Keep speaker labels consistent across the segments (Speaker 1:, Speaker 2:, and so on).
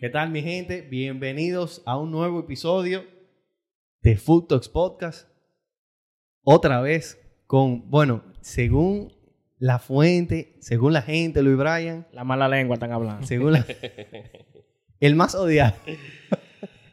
Speaker 1: ¿Qué tal, mi gente? Bienvenidos a un nuevo episodio de Food Talks Podcast. Otra vez con, bueno, según la fuente, según la gente, Luis Bryan,
Speaker 2: La mala lengua están hablando.
Speaker 1: según la- el más odiado.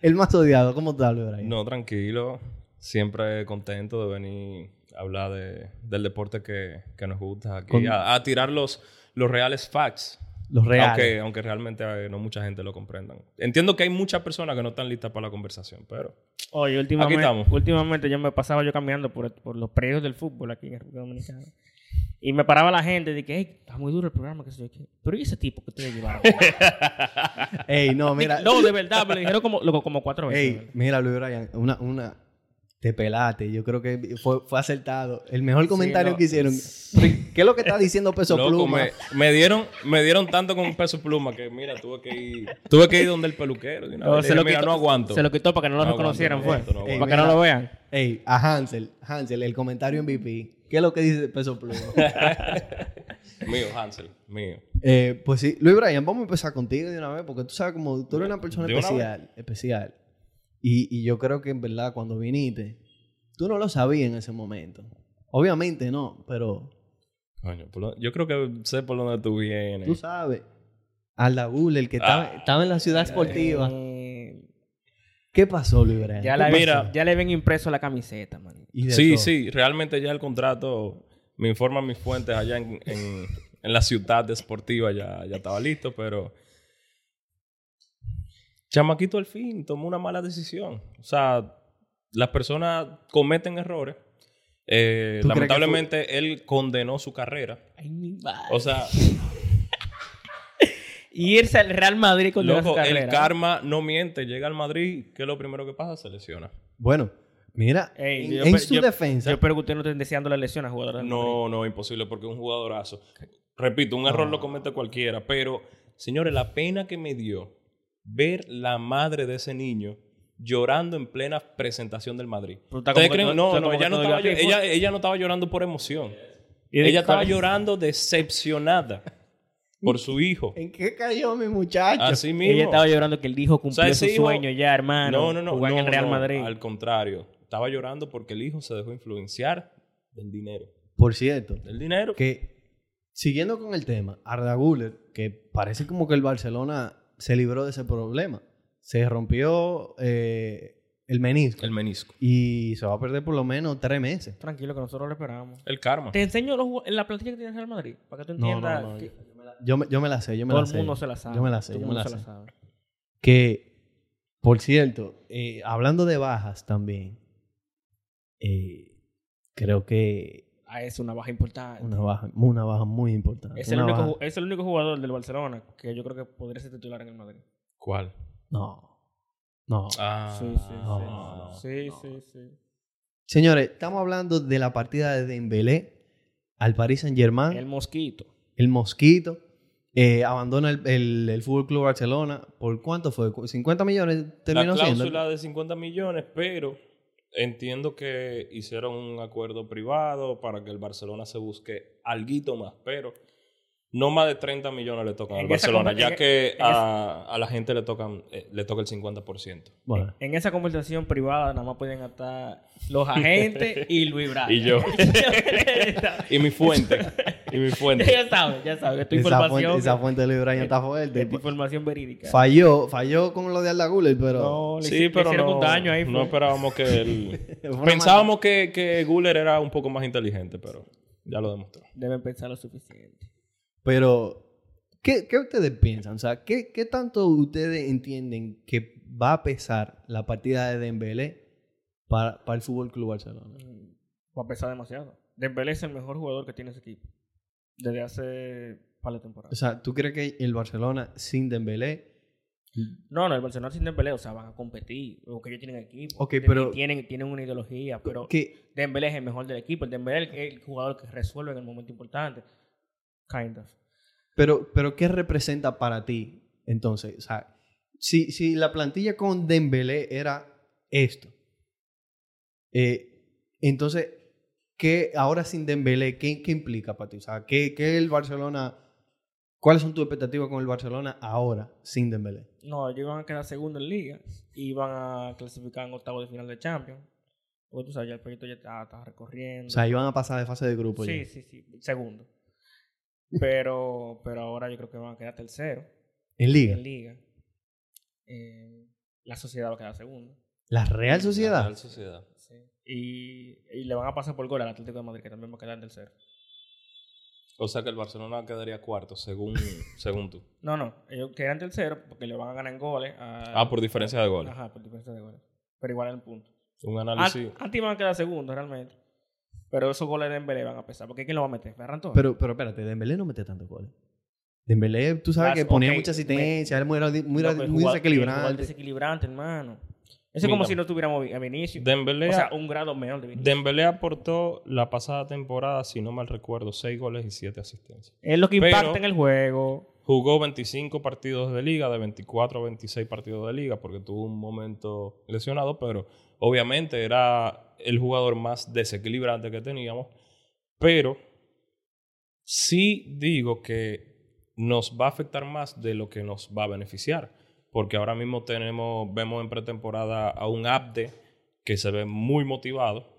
Speaker 1: El más odiado. ¿Cómo estás, Luis Bryan?
Speaker 3: No, tranquilo. Siempre contento de venir a hablar de- del deporte que, que nos gusta aquí.
Speaker 1: Con-
Speaker 3: A, a tirar los, los reales facts.
Speaker 1: Los reales.
Speaker 3: Aunque, aunque realmente eh, no mucha gente lo comprendan. Entiendo que hay muchas personas que no están listas para la conversación, pero...
Speaker 2: Oye, últimamente,
Speaker 3: estamos.
Speaker 2: últimamente yo me pasaba yo caminando por, por los predios del fútbol aquí en República Dominicana. Y me paraba la gente y dije, hey, está muy duro el programa, que sé yo qué. Pero ¿y ese tipo que ustedes llevaron?
Speaker 1: Ey, no, mira.
Speaker 2: no, de verdad, me lo dijeron como, loco, como cuatro veces.
Speaker 1: Ey, mira, Luis Bryan, una, una. Te pelaste. Yo creo que fue, fue acertado. El mejor comentario
Speaker 2: no.
Speaker 1: que hicieron. ¿Qué es lo que está diciendo Peso
Speaker 3: Loco,
Speaker 1: Pluma?
Speaker 3: me, me dieron, me dieron tanto con peso pluma que, mira, tuve que ir, tuve que ir donde el peluquero. de una
Speaker 2: No,
Speaker 3: vez. Le dije, mira,
Speaker 2: quitó-
Speaker 3: no aguanto.
Speaker 2: Se lo quitó para que no lo
Speaker 3: No aguanto,
Speaker 2: reconocieran,
Speaker 3: no
Speaker 2: fue.
Speaker 3: aguanto, no
Speaker 2: para
Speaker 1: aguanto.
Speaker 2: que no lo vean.
Speaker 1: Ey, a Hansel, Hansel, el comentario MVP. ¿Qué es lo que dice Peso Pluma?
Speaker 3: Mío, Hansel, mío.
Speaker 1: Eh, pues sí, Luis Brian, vamos a empezar contigo de una vez, porque tú sabes como tú eres una persona
Speaker 3: De una
Speaker 1: especial, especial. Y, y yo creo que en verdad cuando viniste, tú no lo sabías en ese momento. Obviamente no, pero
Speaker 3: Coño, por lo- yo creo que sé por dónde tú vienes.
Speaker 1: tú sabes. Aldaul, el que estaba,
Speaker 3: Ah.
Speaker 1: estaba en la ciudad esportiva.
Speaker 2: Eh,
Speaker 1: ¿Qué pasó, Luis Brian?
Speaker 2: ya, la
Speaker 1: ¿Qué
Speaker 3: Mira.
Speaker 1: pasó?
Speaker 2: ya le ven impreso la camiseta, man.
Speaker 1: Y de
Speaker 3: Sí,
Speaker 1: todo.
Speaker 3: sí, realmente ya el contrato, me informan mis fuentes allá en, en- en la ciudad deportiva, ya, ya estaba listo, pero... Chamaquito al fin tomó una mala decisión. O sea, las personas cometen errores. Eh,
Speaker 1: ¿Tú crees que
Speaker 3: lamentablemente él condenó su carrera.
Speaker 2: Ay, mi madre.
Speaker 3: O sea,
Speaker 2: Y irse al Real Madrid con toda su
Speaker 3: loco,
Speaker 2: carrera.
Speaker 3: el karma no miente. Llega al Madrid, ¿qué es lo primero que pasa? Se lesiona.
Speaker 1: Bueno, mira,
Speaker 2: Ey,
Speaker 1: en,
Speaker 2: yo
Speaker 1: en
Speaker 2: pe-
Speaker 1: su
Speaker 2: yo-
Speaker 1: defensa,
Speaker 2: Yo espero que ustedes no estén deseando la lesión a jugadores.
Speaker 3: No, no, imposible, porque es un jugadorazo. Repito, un
Speaker 2: Ah.
Speaker 3: error lo comete cualquiera, pero, señores, la pena que me dio ver la madre de ese niño llorando en plena presentación del Madrid.
Speaker 2: Pero está
Speaker 3: ¿Ustedes
Speaker 2: como que
Speaker 3: creen?
Speaker 2: todo-
Speaker 3: No,
Speaker 2: está
Speaker 3: no,
Speaker 2: como
Speaker 3: ella
Speaker 2: que
Speaker 3: no,
Speaker 2: todo
Speaker 3: estaba,
Speaker 2: llora.
Speaker 3: llo- ella, ella no estaba llorando por emoción.
Speaker 2: ¿Y de
Speaker 3: Ella estaba
Speaker 2: cuál?
Speaker 3: llorando decepcionada por su hijo.
Speaker 1: ¿en qué cayó mi muchacho?
Speaker 3: Así mismo.
Speaker 2: Ella estaba llorando que el hijo cumplió
Speaker 3: O sea,
Speaker 2: su
Speaker 3: ese hijo-
Speaker 2: sueño ya, hermano.
Speaker 3: No, no, no.
Speaker 2: Jugar
Speaker 3: no,
Speaker 2: en el Real
Speaker 3: no,
Speaker 2: Madrid.
Speaker 3: Al contrario, estaba llorando porque el hijo se dejó influenciar del dinero.
Speaker 1: Por cierto,
Speaker 3: Del dinero.
Speaker 1: que siguiendo con el tema, Arda Güler, que parece como que el Barcelona se libró de ese problema. Se rompió eh, el menisco
Speaker 3: El menisco.
Speaker 1: y se va a perder por lo menos tres meses.
Speaker 2: Tranquilo, que nosotros lo esperamos.
Speaker 3: El karma.
Speaker 2: Te enseño los ju- la plantilla que tiene el Real Madrid. Para que tú
Speaker 1: No, no,
Speaker 2: entiendas
Speaker 1: no,
Speaker 2: que
Speaker 1: Yo me, yo me la sé, yo me
Speaker 2: todo
Speaker 1: la
Speaker 2: el
Speaker 1: sé.
Speaker 2: mundo se la sabe.
Speaker 1: Yo me la sé,
Speaker 2: Todo
Speaker 1: yo
Speaker 2: el
Speaker 1: me la
Speaker 2: mundo se
Speaker 1: sé.
Speaker 2: la sabe.
Speaker 1: Que, por cierto, eh, hablando de bajas también, eh, creo que
Speaker 2: Ah, es una baja importante.
Speaker 1: una baja, una baja muy importante.
Speaker 2: Es el,
Speaker 1: Una
Speaker 2: único,
Speaker 1: baja-
Speaker 2: ju- es el único jugador del Barcelona que yo creo que podría ser titular en el Madrid.
Speaker 3: ¿Cuál?
Speaker 1: No, no.
Speaker 3: Ah,
Speaker 2: sí, sí,
Speaker 3: no,
Speaker 1: sí.
Speaker 3: no, no.
Speaker 2: sí, sí, sí.
Speaker 1: Señores, estamos hablando de la partida de Dembélé al Paris Saint Germain.
Speaker 2: El
Speaker 1: El,
Speaker 2: mosquito.
Speaker 1: mosquito eh, abandona el, el, el Fútbol Club Barcelona. ¿Por cuánto fue? ¿Cu- ¿50 millones terminó
Speaker 3: la
Speaker 1: siendo?
Speaker 3: cláusula de 50 millones, pero entiendo que hicieron un acuerdo privado para que el Barcelona se busque alguito más, pero no más de 30 millones le tocan
Speaker 2: En
Speaker 3: al
Speaker 2: esa
Speaker 3: Barcelona,
Speaker 2: compa- en- e-
Speaker 3: ya que
Speaker 2: en
Speaker 3: a, a la gente le tocan eh, le toca el 50%.
Speaker 1: Bueno,
Speaker 2: En esa conversación privada nada más podían estar los agentes y Luis Bryan.
Speaker 3: Y yo.
Speaker 2: ya
Speaker 3: Y mi fuente, y mi fuente.
Speaker 2: sabes, ya sabes. Tu
Speaker 1: esa,
Speaker 2: información.
Speaker 1: fuente, esa fuente de Luis Bryan está fuerte. pues.
Speaker 2: de tu información verídica.
Speaker 1: Falló, falló con lo de Alda Güler, pero
Speaker 2: No, le, hici-
Speaker 3: Sí,
Speaker 2: le
Speaker 3: pero
Speaker 2: hicieron
Speaker 3: no,
Speaker 2: un daño ahí.
Speaker 3: no
Speaker 2: fue.
Speaker 3: esperábamos que él...
Speaker 1: Fue una
Speaker 3: Pensábamos que, que Guller era un poco más inteligente, pero ya lo demostró.
Speaker 2: Deben pensar lo suficiente.
Speaker 1: Pero, ¿qué, qué ustedes piensan? O sea, ¿qué, qué tanto ustedes entienden que va a pesar la partida de Dembélé para, para el Fútbol Club Barcelona?
Speaker 2: Mm, Va a pesar demasiado. Dembélé es el mejor jugador que tiene ese equipo. Desde hace par de
Speaker 1: O
Speaker 2: temporadas.
Speaker 1: sea, ¿tú crees que el Barcelona sin Dembélé?
Speaker 2: No, no, el Barcelona sin Dembélé, o sea, van a competir. O que ellos tienen equipo.
Speaker 1: Ok,
Speaker 2: tienen-
Speaker 1: pero-
Speaker 2: Tienen, tienen una ideología, pero
Speaker 1: que,
Speaker 2: Dembélé es el mejor del equipo. El Dembélé es el, el jugador que resuelve en el momento importante. Kind of.
Speaker 1: pero, pero ¿qué representa para ti? Entonces, o sea, si, si la plantilla con Dembélé era esto, eh, entonces, ¿qué ahora sin Dembélé, qué, qué implica para ti? O sea, ¿qué, qué el Barcelona ¿Cuáles son tus expectativas con el Barcelona ahora, sin Dembélé?
Speaker 2: No, ellos van a quedar segundo en liga y van a clasificar en octavo de final de Champions. Porque tú sabes, ya el proyecto ya está, está recorriendo.
Speaker 1: O sea, ahí van a pasar de fase de grupo.
Speaker 2: sí,
Speaker 1: ya.
Speaker 2: sí, sí, segundo. Pero, pero ahora yo creo que van a quedar tercero
Speaker 1: En Liga.
Speaker 2: en liga. Eh, la sociedad va a quedar segundo.
Speaker 1: La Real Sociedad.
Speaker 3: Real Sociedad.
Speaker 2: Sí. Y, y le van a pasar por gol al Atlético de Madrid, que también va a quedar tercero.
Speaker 3: O sea que el Barcelona quedaría cuarto, según, según tú.
Speaker 2: No, no, ellos quedan tercero porque le van a ganar en goles. A,
Speaker 3: Ah, por diferencia de goles.
Speaker 2: Ajá, Ah, por diferencia de goles. Pero igual en punto.
Speaker 3: Un
Speaker 2: An-
Speaker 3: análisis.
Speaker 2: Antes iban a quedar segundos realmente. Pero esos goles de Dembélé van a pesar. Porque ¿quién lo va a meter? ¿Ferran Torres?
Speaker 1: Pero, pero espérate, Dembélé no mete tantos goles. Dembélé, tú sabes
Speaker 3: Ah,
Speaker 2: Vas,
Speaker 1: que ponía
Speaker 2: ok,
Speaker 1: mucha asistencia, era muy, era muy,
Speaker 2: No,
Speaker 3: pues,
Speaker 2: pero el
Speaker 1: muy
Speaker 2: jugador- el jugador
Speaker 1: desequilibrante.
Speaker 2: desequilibrante, hermano. Eso es
Speaker 3: Mira.
Speaker 2: como si no tuviéramos a Vinicius.
Speaker 3: Dembélé,
Speaker 2: o sea, un grado menor de Vinicius.
Speaker 3: Dembélé aportó la pasada temporada, si no mal recuerdo, 6 goles y 7 asistencias.
Speaker 2: es lo que impacta
Speaker 3: Pero-
Speaker 2: en el juego.
Speaker 3: Jugó 25 partidos de liga, de 24 a 26 partidos de liga, porque tuvo un momento lesionado, pero obviamente era el jugador más desequilibrante que teníamos. Pero sí digo que nos va a afectar más de lo que nos va a beneficiar, porque ahora mismo tenemos, vemos en pretemporada a un Abde que se ve muy motivado,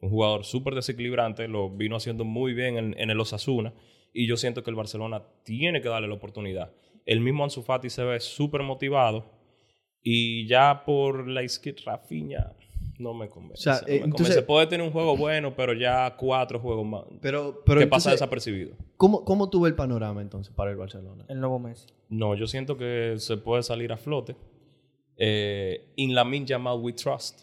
Speaker 3: un jugador súper desequilibrante, lo vino haciendo muy bien en, en el Osasuna y yo siento que el Barcelona tiene que darle la oportunidad. El mismo Ansu Fati se ve súper motivado y ya por la izquierda Rafinha no me convence.
Speaker 1: O sea,
Speaker 3: no me
Speaker 1: eh,
Speaker 3: convence.
Speaker 1: entonces-
Speaker 3: Puede tener un juego bueno, pero ya cuatro juegos más.
Speaker 1: Pero, pero
Speaker 3: que pasa
Speaker 1: entonces,
Speaker 3: desapercibido.
Speaker 1: ¿cómo, ¿cómo tuvo el panorama entonces para el Barcelona?
Speaker 2: El nuevo Messi.
Speaker 3: No, yo siento que se puede salir a flote. Eh, in la min llamado We Trust.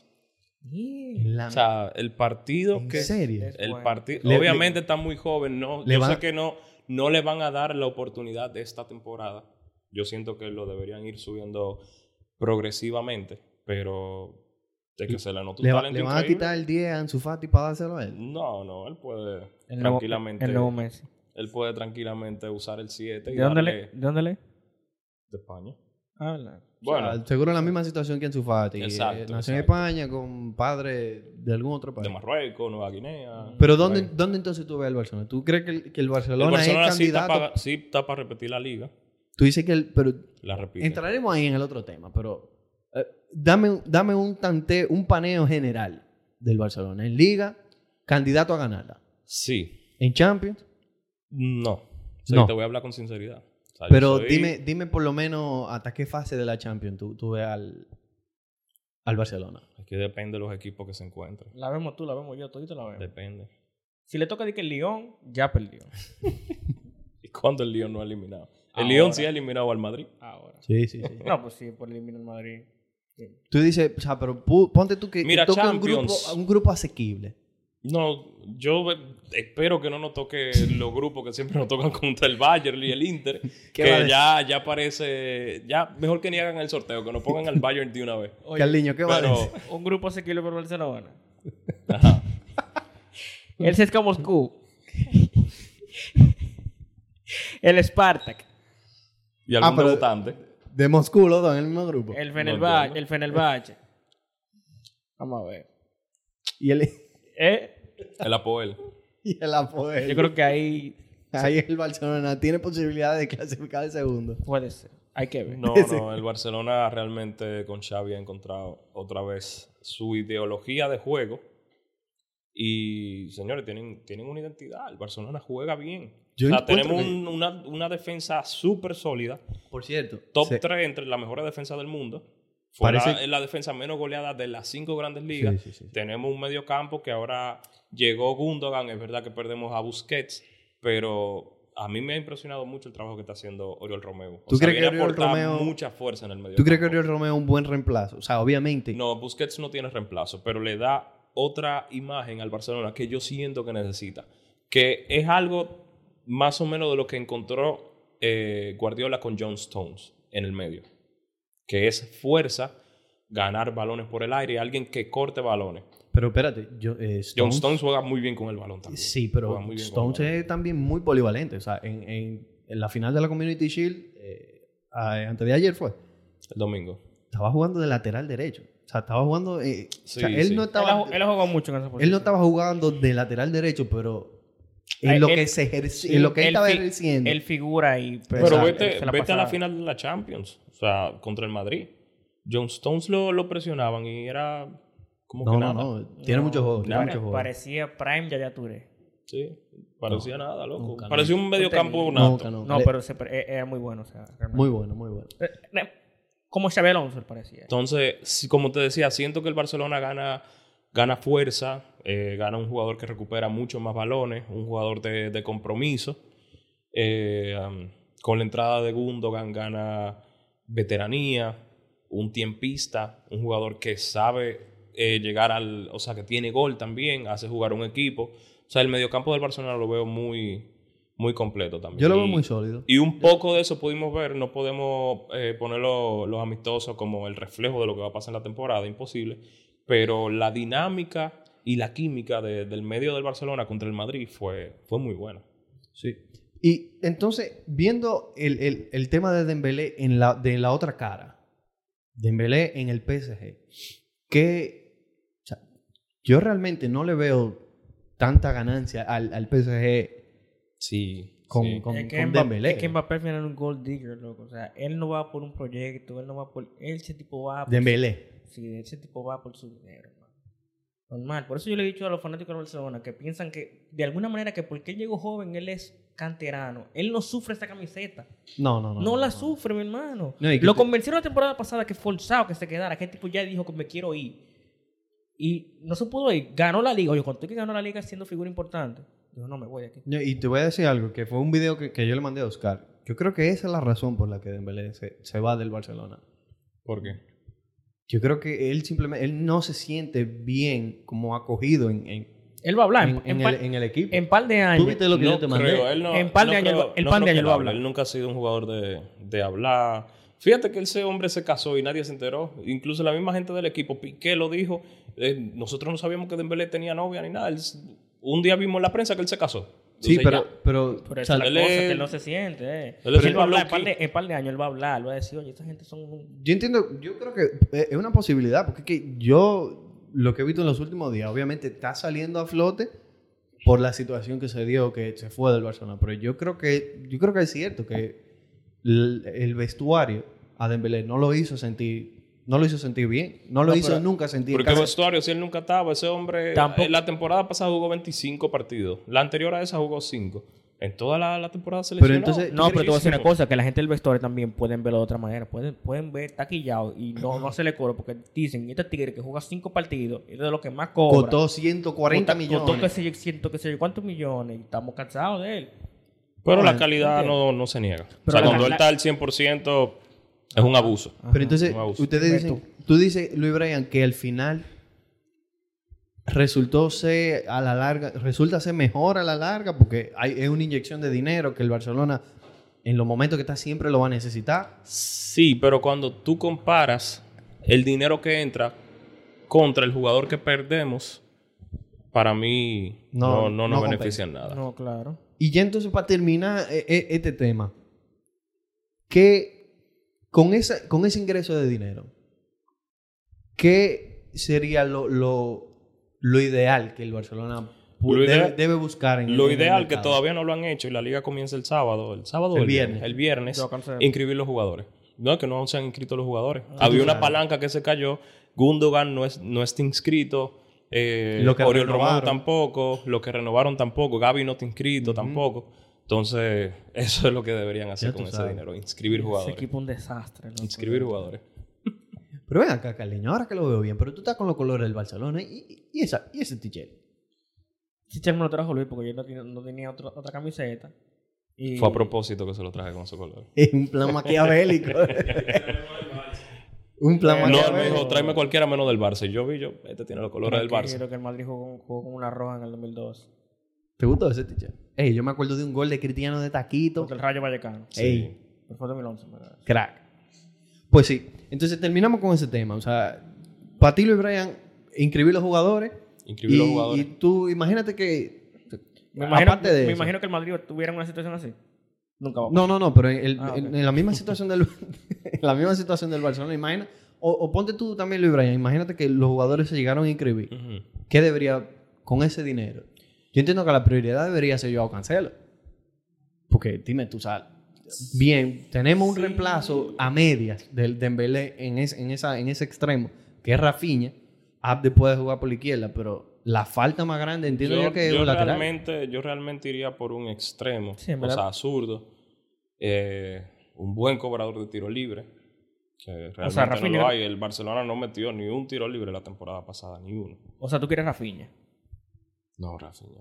Speaker 1: La-
Speaker 3: O sea, el partido
Speaker 1: ¿En
Speaker 3: que.
Speaker 1: serio?
Speaker 2: es
Speaker 3: El
Speaker 2: bueno.
Speaker 3: partido.
Speaker 1: Le-
Speaker 3: obviamente está muy joven, ¿no?
Speaker 1: le
Speaker 3: Yo
Speaker 1: van-
Speaker 3: sé que no, no le van a dar la oportunidad de esta temporada. Yo siento que lo deberían ir subiendo progresivamente, pero de que se le nota un
Speaker 1: ¿Le, va-
Speaker 3: talento
Speaker 1: le van a
Speaker 3: increíble.
Speaker 1: quitar el 10 a Ansu Fati para dárselo a él?
Speaker 3: No, no, él puede
Speaker 2: El nuevo,
Speaker 3: tranquilamente.
Speaker 2: el nuevo Messi.
Speaker 3: él puede tranquilamente usar el 7 y
Speaker 2: ¿De dónde, le,
Speaker 3: darle
Speaker 2: ¿De dónde le?
Speaker 3: de España.
Speaker 2: Ah, la-
Speaker 3: Bueno,
Speaker 1: O sea, seguro en la misma situación que Ansu Fati. Eh,
Speaker 3: Exacto,
Speaker 1: Nació en
Speaker 3: exacto.
Speaker 1: España con padre de algún otro país.
Speaker 3: de Marruecos, Nueva Guinea.
Speaker 1: Pero ¿dónde,
Speaker 3: Bueno.
Speaker 1: ¿dónde entonces tú ves el Barcelona? ¿Tú crees que el, que el
Speaker 3: El
Speaker 1: Barcelona,
Speaker 3: Barcelona
Speaker 1: es
Speaker 3: sí está,
Speaker 1: candidato?
Speaker 3: para, sí está para repetir la liga.
Speaker 1: Tú dices que el... Pero
Speaker 3: La repite.
Speaker 1: entraremos ahí en el otro tema, pero eh, dame, un- dame un tante, un paneo general del Barcelona. En Liga, candidato a ganarla.
Speaker 3: Sí.
Speaker 1: En Champions,
Speaker 3: No. O sea,
Speaker 1: No.
Speaker 3: te voy a hablar con sinceridad. O sea, yo
Speaker 1: pero
Speaker 3: soy-
Speaker 1: dime, dime por lo menos hasta qué fase de la Champions tú, tú ves al, al Barcelona.
Speaker 3: Es que depende de los equipos que se encuentren.
Speaker 2: La vemos tú, la vemos yo, todito la vemos.
Speaker 3: Depende.
Speaker 2: Si le toca decir que el León, ya perdió.
Speaker 3: ¿Y cuándo el Lyon no ha eliminado? El
Speaker 2: Ahora.
Speaker 3: Lyon sí ha eliminado al Madrid.
Speaker 2: Ahora.
Speaker 1: Sí, sí, sí.
Speaker 2: No, pues sí, por eliminar el Madrid. Sí.
Speaker 1: Tú dices, o sea, pero pu- ponte tú que, que
Speaker 3: Mira,
Speaker 1: toca un grupo,
Speaker 3: Champions.
Speaker 1: un grupo asequible.
Speaker 3: No, yo eh, espero que no nos toque los grupos que siempre nos tocan contra el Bayern y el Inter.
Speaker 1: ¿Qué va a
Speaker 3: que ya, ya parece. Ya, mejor que ni hagan el sorteo, que nos pongan al Bayern de una vez.
Speaker 1: Carliño, ¿qué va a
Speaker 3: Pero
Speaker 1: decir?
Speaker 2: Un grupo asequible por Barcelona. El CSKA Moscú. El Spartak.
Speaker 3: Y algún
Speaker 1: Ah, pero-
Speaker 3: debutante.
Speaker 1: De Moscú, los dos en el mismo
Speaker 3: Pues,
Speaker 1: grupo.
Speaker 2: El Fenerbahce.
Speaker 3: entiendo.
Speaker 2: El Fenerbahce. Vamos a ver.
Speaker 1: Y el,
Speaker 2: Eh,
Speaker 3: El Apoel.
Speaker 1: y el Apoel.
Speaker 2: Yo creo que ahí
Speaker 1: Ahí el Barcelona tiene posibilidad de clasificar de segundo.
Speaker 2: puede ser. Hay que ver.
Speaker 3: No, no, el Barcelona realmente con Xavi ha encontrado otra vez su ideología de juego. Y señores, tienen, tienen una identidad. El Barcelona juega bien.
Speaker 1: Yo
Speaker 3: o sea,
Speaker 1: encuentro
Speaker 3: tenemos
Speaker 1: que-
Speaker 3: un- una, una defensa súper sólida.
Speaker 1: Por cierto,
Speaker 3: Top
Speaker 1: se-
Speaker 3: 3 entre las mejores defensas del mundo. Fue la-
Speaker 1: Parece-
Speaker 3: es la defensa menos goleada de las cinco grandes ligas.
Speaker 1: Sí, sí, sí, sí.
Speaker 3: Tenemos un medio campo que ahora llegó Gundogan. Es verdad que perdemos a Busquets, pero a mí me ha impresionado mucho el trabajo que está haciendo Oriol Romeo. O
Speaker 1: ¿Tú
Speaker 3: sea,
Speaker 1: crees que
Speaker 3: viene a
Speaker 1: Oriol
Speaker 3: aportar
Speaker 1: Romeu-
Speaker 3: mucha fuerza en el medio
Speaker 1: ¿Tú crees que
Speaker 3: campo.
Speaker 1: Oriol Romeo es un buen reemplazo? O sea, obviamente.
Speaker 3: No, Busquets no tiene reemplazo, pero le da otra imagen al Barcelona que yo siento que necesita. Que es algo más o menos de lo que encontró eh, Guardiola con John Stones en el medio. Que es fuerza, ganar balones por el aire, alguien que corte balones.
Speaker 1: Pero espérate, yo, eh,
Speaker 3: John
Speaker 1: Stones,
Speaker 3: Stones juega muy bien con el balón también.
Speaker 1: Sí,
Speaker 3: Juega
Speaker 1: pero
Speaker 3: muy bien con el
Speaker 1: Stones es también muy polivalente. O sea, en, en- en la final de la Community Shield, eh, a- antes de ayer fue,
Speaker 3: El domingo.
Speaker 1: estaba jugando de lateral derecho. O sea, estaba jugando. eh, o sea,
Speaker 3: Sí,
Speaker 1: él,
Speaker 3: sí.
Speaker 1: no
Speaker 2: Él ha,
Speaker 1: estaba,
Speaker 2: él ha jugado mucho en esa posición.
Speaker 1: él no estaba jugando de lateral derecho, pero En
Speaker 3: Eh,
Speaker 2: Ay,
Speaker 1: lo
Speaker 2: el-
Speaker 1: que se ejerce, en lo que él
Speaker 2: él
Speaker 1: estaba
Speaker 2: fi-
Speaker 1: ejerciendo.
Speaker 2: Él figura y...
Speaker 3: Pero
Speaker 2: pesa-
Speaker 3: vete,
Speaker 2: se la
Speaker 3: vete a la
Speaker 2: pasaba.
Speaker 3: final de la Champions, o sea, contra el Madrid. John Stones lo, lo presionaban y era como
Speaker 1: no,
Speaker 3: que
Speaker 1: no,
Speaker 3: nada.
Speaker 1: no. Tiene
Speaker 2: No,
Speaker 1: muchos juegos. Tiene
Speaker 2: pare-
Speaker 1: muchos juegos.
Speaker 2: Parecía Prime Yaya Touré.
Speaker 3: Sí, parecía nada, loco.
Speaker 1: Nunca,
Speaker 3: parecía un mediocampo
Speaker 2: Nunca,
Speaker 3: nato.
Speaker 1: nunca, nunca.
Speaker 2: No,
Speaker 1: Le-
Speaker 2: pero se pare- e- era muy bueno. O sea, realmente.
Speaker 1: Muy bueno, muy bueno.
Speaker 2: Eh, eh, Como Xabi Alonso él parecía.
Speaker 3: Entonces, si- como te decía, siento que el Barcelona gana, gana fuerza, eh, gana un jugador que recupera muchos más balones, un jugador de, de compromiso. Eh, am, con la entrada de Gundogan gana veteranía, un tiempista, un jugador que sabe eh, llegar al... O sea, que tiene gol también, hace jugar un equipo. O sea, el mediocampo del Barcelona lo veo muy, muy completo también.
Speaker 1: Yo lo veo
Speaker 3: Y-
Speaker 1: muy sólido.
Speaker 3: y un poco de eso pudimos ver, no podemos eh, ponerlo los amistosos como el reflejo de lo que va a pasar en la temporada, imposible, pero la dinámica y la química de- del medio del Barcelona contra el Madrid fue, fue muy buena.
Speaker 1: Sí. Y entonces, viendo el, el- el tema de Dembélé en la, de la otra cara, Dembélé en el PSG, que o sea, yo realmente no le veo tanta ganancia al, al PSG
Speaker 3: Sí.
Speaker 1: con,
Speaker 3: sí.
Speaker 1: con,
Speaker 2: es, que
Speaker 1: con
Speaker 2: Mbappé-
Speaker 1: Dembélé.
Speaker 2: es que Mbappé al final es un gold digger, loco. O sea, él no va por un proyecto, él no va por... Ese tipo va por...
Speaker 1: Dembélé.
Speaker 2: Sí, ese tipo va por su dinero, hermano. Normal. Por eso yo le he dicho a los fanáticos de Barcelona que piensan que, de alguna manera, que porque él llegó joven, él es canterano. Él no sufre esta camiseta.
Speaker 1: No, no, no.
Speaker 2: No, la sufre, mi hermano.
Speaker 1: No, y que
Speaker 2: Lo
Speaker 1: te-
Speaker 2: convencieron la temporada pasada que forzado que se quedara. Que el tipo ya dijo que me quiero ir. Y no se pudo ir. Ganó la liga. Oye, conté que ganó la liga siendo figura importante. Dijo, no, me voy de aquí.
Speaker 1: No, Y te voy a decir algo, que fue un video que, que yo le mandé a Oscar. Yo creo que esa es la razón por la que Dembélé se, se va del Barcelona.
Speaker 3: ¿Por qué?
Speaker 1: Yo creo que él simplemente, él no se siente bien como acogido en, en,
Speaker 2: Él va a hablar. Ah, En,
Speaker 1: en- en
Speaker 2: par,
Speaker 1: el, en el equipo.
Speaker 2: en par de años.
Speaker 1: ¿Tú viste lo que yo te mandé?
Speaker 3: creo, él no-
Speaker 2: En par de
Speaker 3: no
Speaker 2: años
Speaker 3: creo-
Speaker 2: él va- en
Speaker 3: no
Speaker 2: par de
Speaker 3: creo
Speaker 2: años
Speaker 3: que
Speaker 2: él va a
Speaker 3: hable.
Speaker 2: hablar.
Speaker 3: Él nunca ha sido un jugador de, de hablar. Fíjate que ese hombre se casó y nadie se enteró. Incluso la misma gente del equipo, Piqué lo dijo. Eh, nosotros no sabíamos que Dembélé tenía novia ni nada. Él s- un día vimos en la prensa que él se casó.
Speaker 1: Sí,
Speaker 3: Entonces,
Speaker 1: pero,
Speaker 3: ya.
Speaker 1: pero,
Speaker 2: Por
Speaker 1: o
Speaker 2: eso
Speaker 1: sea,
Speaker 2: la
Speaker 3: él
Speaker 2: cosa
Speaker 3: es-
Speaker 2: que él no se siente. Eh.
Speaker 3: él es
Speaker 2: Él va a
Speaker 3: un
Speaker 2: hablar. En par,
Speaker 3: low-key.
Speaker 2: de, en par de años él va a hablar. Él va a decir, oye, esta gente son... un-
Speaker 1: yo entiendo, yo creo que es es una posibilidad, porque es que yo lo que he visto en los últimos días, obviamente está saliendo a flote por la situación que se dio, que se fue del Barcelona, pero yo creo que, yo creo que es cierto que el, el vestuario a Dembélé no lo hizo sentir, no lo hizo sentir bien, no lo
Speaker 2: No,
Speaker 1: hizo
Speaker 2: pero-
Speaker 1: nunca sentir.
Speaker 3: Porque el
Speaker 1: casi-
Speaker 3: vestuario, si él nunca estaba, ese hombre.
Speaker 2: Tampoco-
Speaker 3: eh, La temporada pasada jugó 25 partidos. La anterior a esa jugó 5. En toda la, la temporada se
Speaker 1: Pero
Speaker 3: lesionó.
Speaker 1: entonces-
Speaker 2: No, pero te voy a decir una
Speaker 3: Durísimo.
Speaker 2: cosa, que la gente del vestuario también pueden verlo de otra manera. Pueden, pueden ver taquillado y no, no hacerle coro porque dicen, este tigre que juega cinco partidos es de los que más cobra.
Speaker 1: costó 140
Speaker 2: Cota-
Speaker 1: millones.
Speaker 2: Costó que sé yo, ciento que sé yo, cuántos millones. Y estamos cansados de él.
Speaker 3: Pero
Speaker 1: Ah,
Speaker 3: la calidad no, no se niega. o
Speaker 2: Pero
Speaker 3: sea,
Speaker 2: la-
Speaker 3: cuando él
Speaker 2: la-
Speaker 3: está al 100%, es un abuso.
Speaker 1: Pero entonces,
Speaker 3: un abuso.
Speaker 1: ustedes
Speaker 2: Ve
Speaker 1: dicen, tú dices, Luis Bryan, que al final resultó ser a la larga, resulta ser mejor a la larga, porque hay, es una inyección de dinero que el Barcelona en los momentos que está siempre lo va a necesitar.
Speaker 3: Sí, pero cuando tú comparas el dinero que entra contra el jugador que perdemos, para mí
Speaker 1: No, no
Speaker 3: no, no, nos
Speaker 1: compensa.
Speaker 3: beneficia en nada.
Speaker 2: No, claro.
Speaker 1: Y ya entonces, para terminar eh, eh, este tema, que con, esa, con ese ingreso de dinero, ¿qué sería lo, lo, lo ideal que el Barcelona pu-
Speaker 3: Lo
Speaker 1: debe,
Speaker 3: ideal-
Speaker 1: debe buscar en
Speaker 3: Lo
Speaker 1: en el
Speaker 3: ideal que
Speaker 1: mercado?
Speaker 3: todavía no lo han hecho y la liga comienza el sábado, el sábado o
Speaker 1: El
Speaker 3: el viernes,
Speaker 1: viernes.
Speaker 3: el viernes
Speaker 2: Yo cancelo.
Speaker 3: inscribir los jugadores. No, que no se han inscrito los jugadores. Había
Speaker 1: claro.
Speaker 3: una palanca que se cayó, Gundogan no, es, no está inscrito, eh,
Speaker 1: Lo que
Speaker 3: Oriol Román
Speaker 1: renovaron.
Speaker 3: tampoco, los que renovaron tampoco, Gaby no está inscrito tampoco. Entonces, eso es lo que deberían hacer
Speaker 1: tú
Speaker 3: con ese
Speaker 1: sabes.
Speaker 3: dinero, inscribir
Speaker 2: Ese
Speaker 3: jugadores.
Speaker 2: equipo es un desastre. loco.
Speaker 3: Inscribir jugadores.
Speaker 1: Pero ven acá, Carleño, ahora que lo veo bien, pero tú estás con los colores del Barcelona y, y, esa, y ese tichel.
Speaker 2: Sí, Chel me lo trajo Luis porque yo no tenía, no tenía otra, otra camiseta. Y...
Speaker 3: Fue a propósito que se lo traje con su color.
Speaker 1: Es un plan maquiavélico. un plan
Speaker 3: No, él me
Speaker 1: maquiavélico.
Speaker 3: dijo, tráeme cualquiera menos del Barça. Y yo vi, yo, este tiene los colores del
Speaker 2: Creo que-
Speaker 3: Barça.
Speaker 2: Creo que el Madrid jugó, con- jugó con una roja en el 2002.
Speaker 1: ¿Te gustó ese tichel? Ey, yo me acuerdo de un gol de Cristiano de Taquito.
Speaker 2: Porque el Rayo Vallecano.
Speaker 3: Sí.
Speaker 1: Ey,
Speaker 2: Pero Pues Fue 2011, ¿verdad?
Speaker 1: crack. Pues sí, entonces terminamos con ese tema. O sea, Patilo y Brian, inscribir los jugadores.
Speaker 3: Inscribir los
Speaker 1: Y-
Speaker 3: jugadores.
Speaker 1: Y tú, imagínate que.
Speaker 2: Me imagino,
Speaker 1: aparte de
Speaker 2: me
Speaker 1: eso.
Speaker 2: imagino que el Madrid tuviera una situación así. Nunca va a
Speaker 1: No, no, no, pero en, el-
Speaker 2: Ah, ok.
Speaker 1: en- en la misma situación del en la misma situación del Barcelona, imagina, o, o ponte tú también Luis Bryan, imagínate que los jugadores se llegaron a inscribir.
Speaker 3: Ujú.
Speaker 1: ¿Qué debería con ese dinero? Yo entiendo que la prioridad debería ser Joao Cancelo. Porque, dime tú, sabes. Bien, tenemos un
Speaker 2: Sí.
Speaker 1: reemplazo a medias del Dembélé en, es- en, esa, en ese extremo, que es Rafinha. Abde puede jugar por la izquierda, pero la falta más grande entiendo yo, que es un lateral.
Speaker 3: realmente, yo realmente iría por un extremo,
Speaker 2: Sí, en
Speaker 3: o
Speaker 2: verdad.
Speaker 3: sea, zurdo, eh, un buen cobrador de tiro libre, que realmente no
Speaker 2: Rafinha.
Speaker 3: lo hay. El Barcelona no metió ni un tiro libre la temporada pasada, ni uno.
Speaker 2: O sea, tú quieres Rafinha.
Speaker 3: No, Rafinha.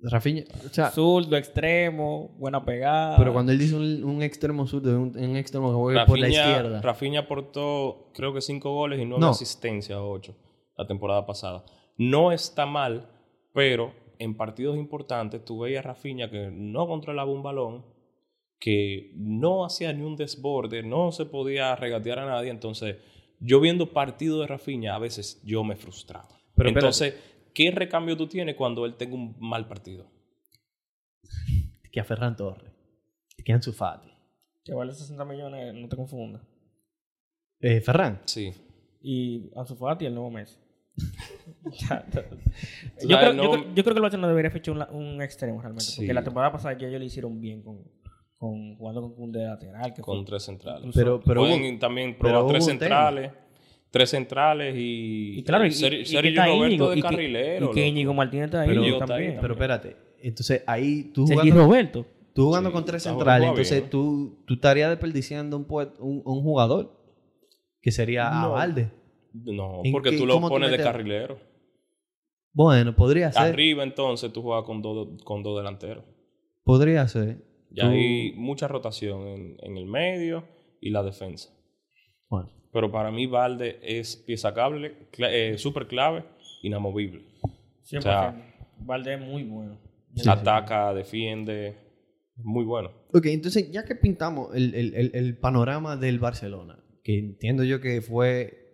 Speaker 1: Rafinha, o
Speaker 3: Ah.
Speaker 1: sea,
Speaker 2: Zurdo, extremo, buena pegada.
Speaker 1: pero cuando él dice un, un extremo zurdo, un, un extremo que juega por la izquierda.
Speaker 3: Rafinha aportó creo que cinco goles y nueve
Speaker 1: No.
Speaker 3: asistencias, ocho, la temporada pasada. No está mal, pero en partidos importantes tú veías a Rafinha que no controlaba un balón, que no hacía ni un desborde, no se podía regatear a nadie. Entonces, yo viendo partidos de Rafinha, a veces yo me frustraba.
Speaker 1: Pero espérate.
Speaker 3: Entonces, ¿qué recambio tú tienes cuando él tenga un mal partido?
Speaker 1: que a Ferran Torres, que a Ansu Fati.
Speaker 2: Que vale 60 millones, no te confundas.
Speaker 1: Eh, Ferran,
Speaker 3: Sí.
Speaker 2: Y Ansu Fati el nuevo Messi. Ya, ya.
Speaker 3: O
Speaker 2: yo,
Speaker 3: sea,
Speaker 2: creo,
Speaker 3: no-
Speaker 2: yo, creo, yo creo que el Barcelona debería fichar un, la- un extremo realmente.
Speaker 3: Sí.
Speaker 2: Porque la temporada pasada ya ellos le hicieron bien con, con jugando con un de lateral. Que fue-
Speaker 3: Con tres centrales.
Speaker 1: pero, pero
Speaker 3: Pueden
Speaker 1: hubo-
Speaker 3: también
Speaker 1: pero
Speaker 3: probar
Speaker 1: hubo
Speaker 3: tres
Speaker 1: un tema.
Speaker 3: centrales. Tres centrales y.
Speaker 2: y claro, y, y-
Speaker 3: Ser-
Speaker 2: y que
Speaker 3: Sergio
Speaker 2: está
Speaker 3: Roberto
Speaker 2: Íñigo.
Speaker 3: de
Speaker 2: y que-
Speaker 3: carrilero.
Speaker 2: y que
Speaker 3: loco.
Speaker 2: Íñigo Martínez está ahí
Speaker 3: Pero-
Speaker 2: también.
Speaker 3: está ahí
Speaker 1: pero espérate, entonces ahí tú
Speaker 2: Sergi
Speaker 1: jugando,
Speaker 2: Roberto.
Speaker 1: tú jugando
Speaker 3: Sí,
Speaker 1: con tres
Speaker 3: está jugando
Speaker 1: centrales,
Speaker 3: bien,
Speaker 1: entonces
Speaker 3: ¿eh?
Speaker 1: tú, tú estarías desperdiciando un, puest- un, un jugador, que sería a
Speaker 3: No.
Speaker 1: Valde.
Speaker 3: No,
Speaker 1: ¿En
Speaker 3: porque
Speaker 1: qué-
Speaker 3: tú lo
Speaker 1: cómo tú
Speaker 3: pones de
Speaker 1: metes-
Speaker 3: carrilero.
Speaker 1: Bueno, podría ser,
Speaker 3: Arriba entonces tú juegas con dos, con dos delanteros.
Speaker 1: podría ser.
Speaker 3: Y
Speaker 1: Tú-
Speaker 3: hay mucha rotación en, en el medio y la defensa.
Speaker 1: Bueno,
Speaker 3: Pero para mí, Valde es pieza cable, cla- eh, súper clave, inamovible.
Speaker 2: 100%.
Speaker 3: sea,
Speaker 2: Valdés es muy bueno. Muy bueno.
Speaker 3: Ataca, defiende. Muy bueno.
Speaker 1: Ok, entonces ya que pintamos el, el- el- el panorama del Barcelona, que entiendo yo que fue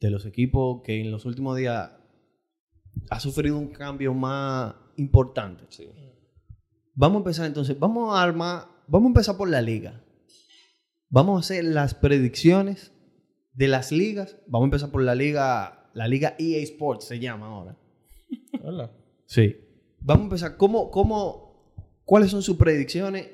Speaker 1: de los equipos que en los últimos días ha sufrido un cambio más importante.
Speaker 3: Sí.
Speaker 1: Vamos a empezar entonces, vamos a armar, vamos a empezar por la liga. Vamos a hacer las predicciones de las ligas. Vamos a empezar por la liga, la liga EA Sports se llama ahora.
Speaker 2: Hola.
Speaker 1: Sí. Vamos a empezar. ¿Cómo, cómo, ¿Cuáles son sus predicciones?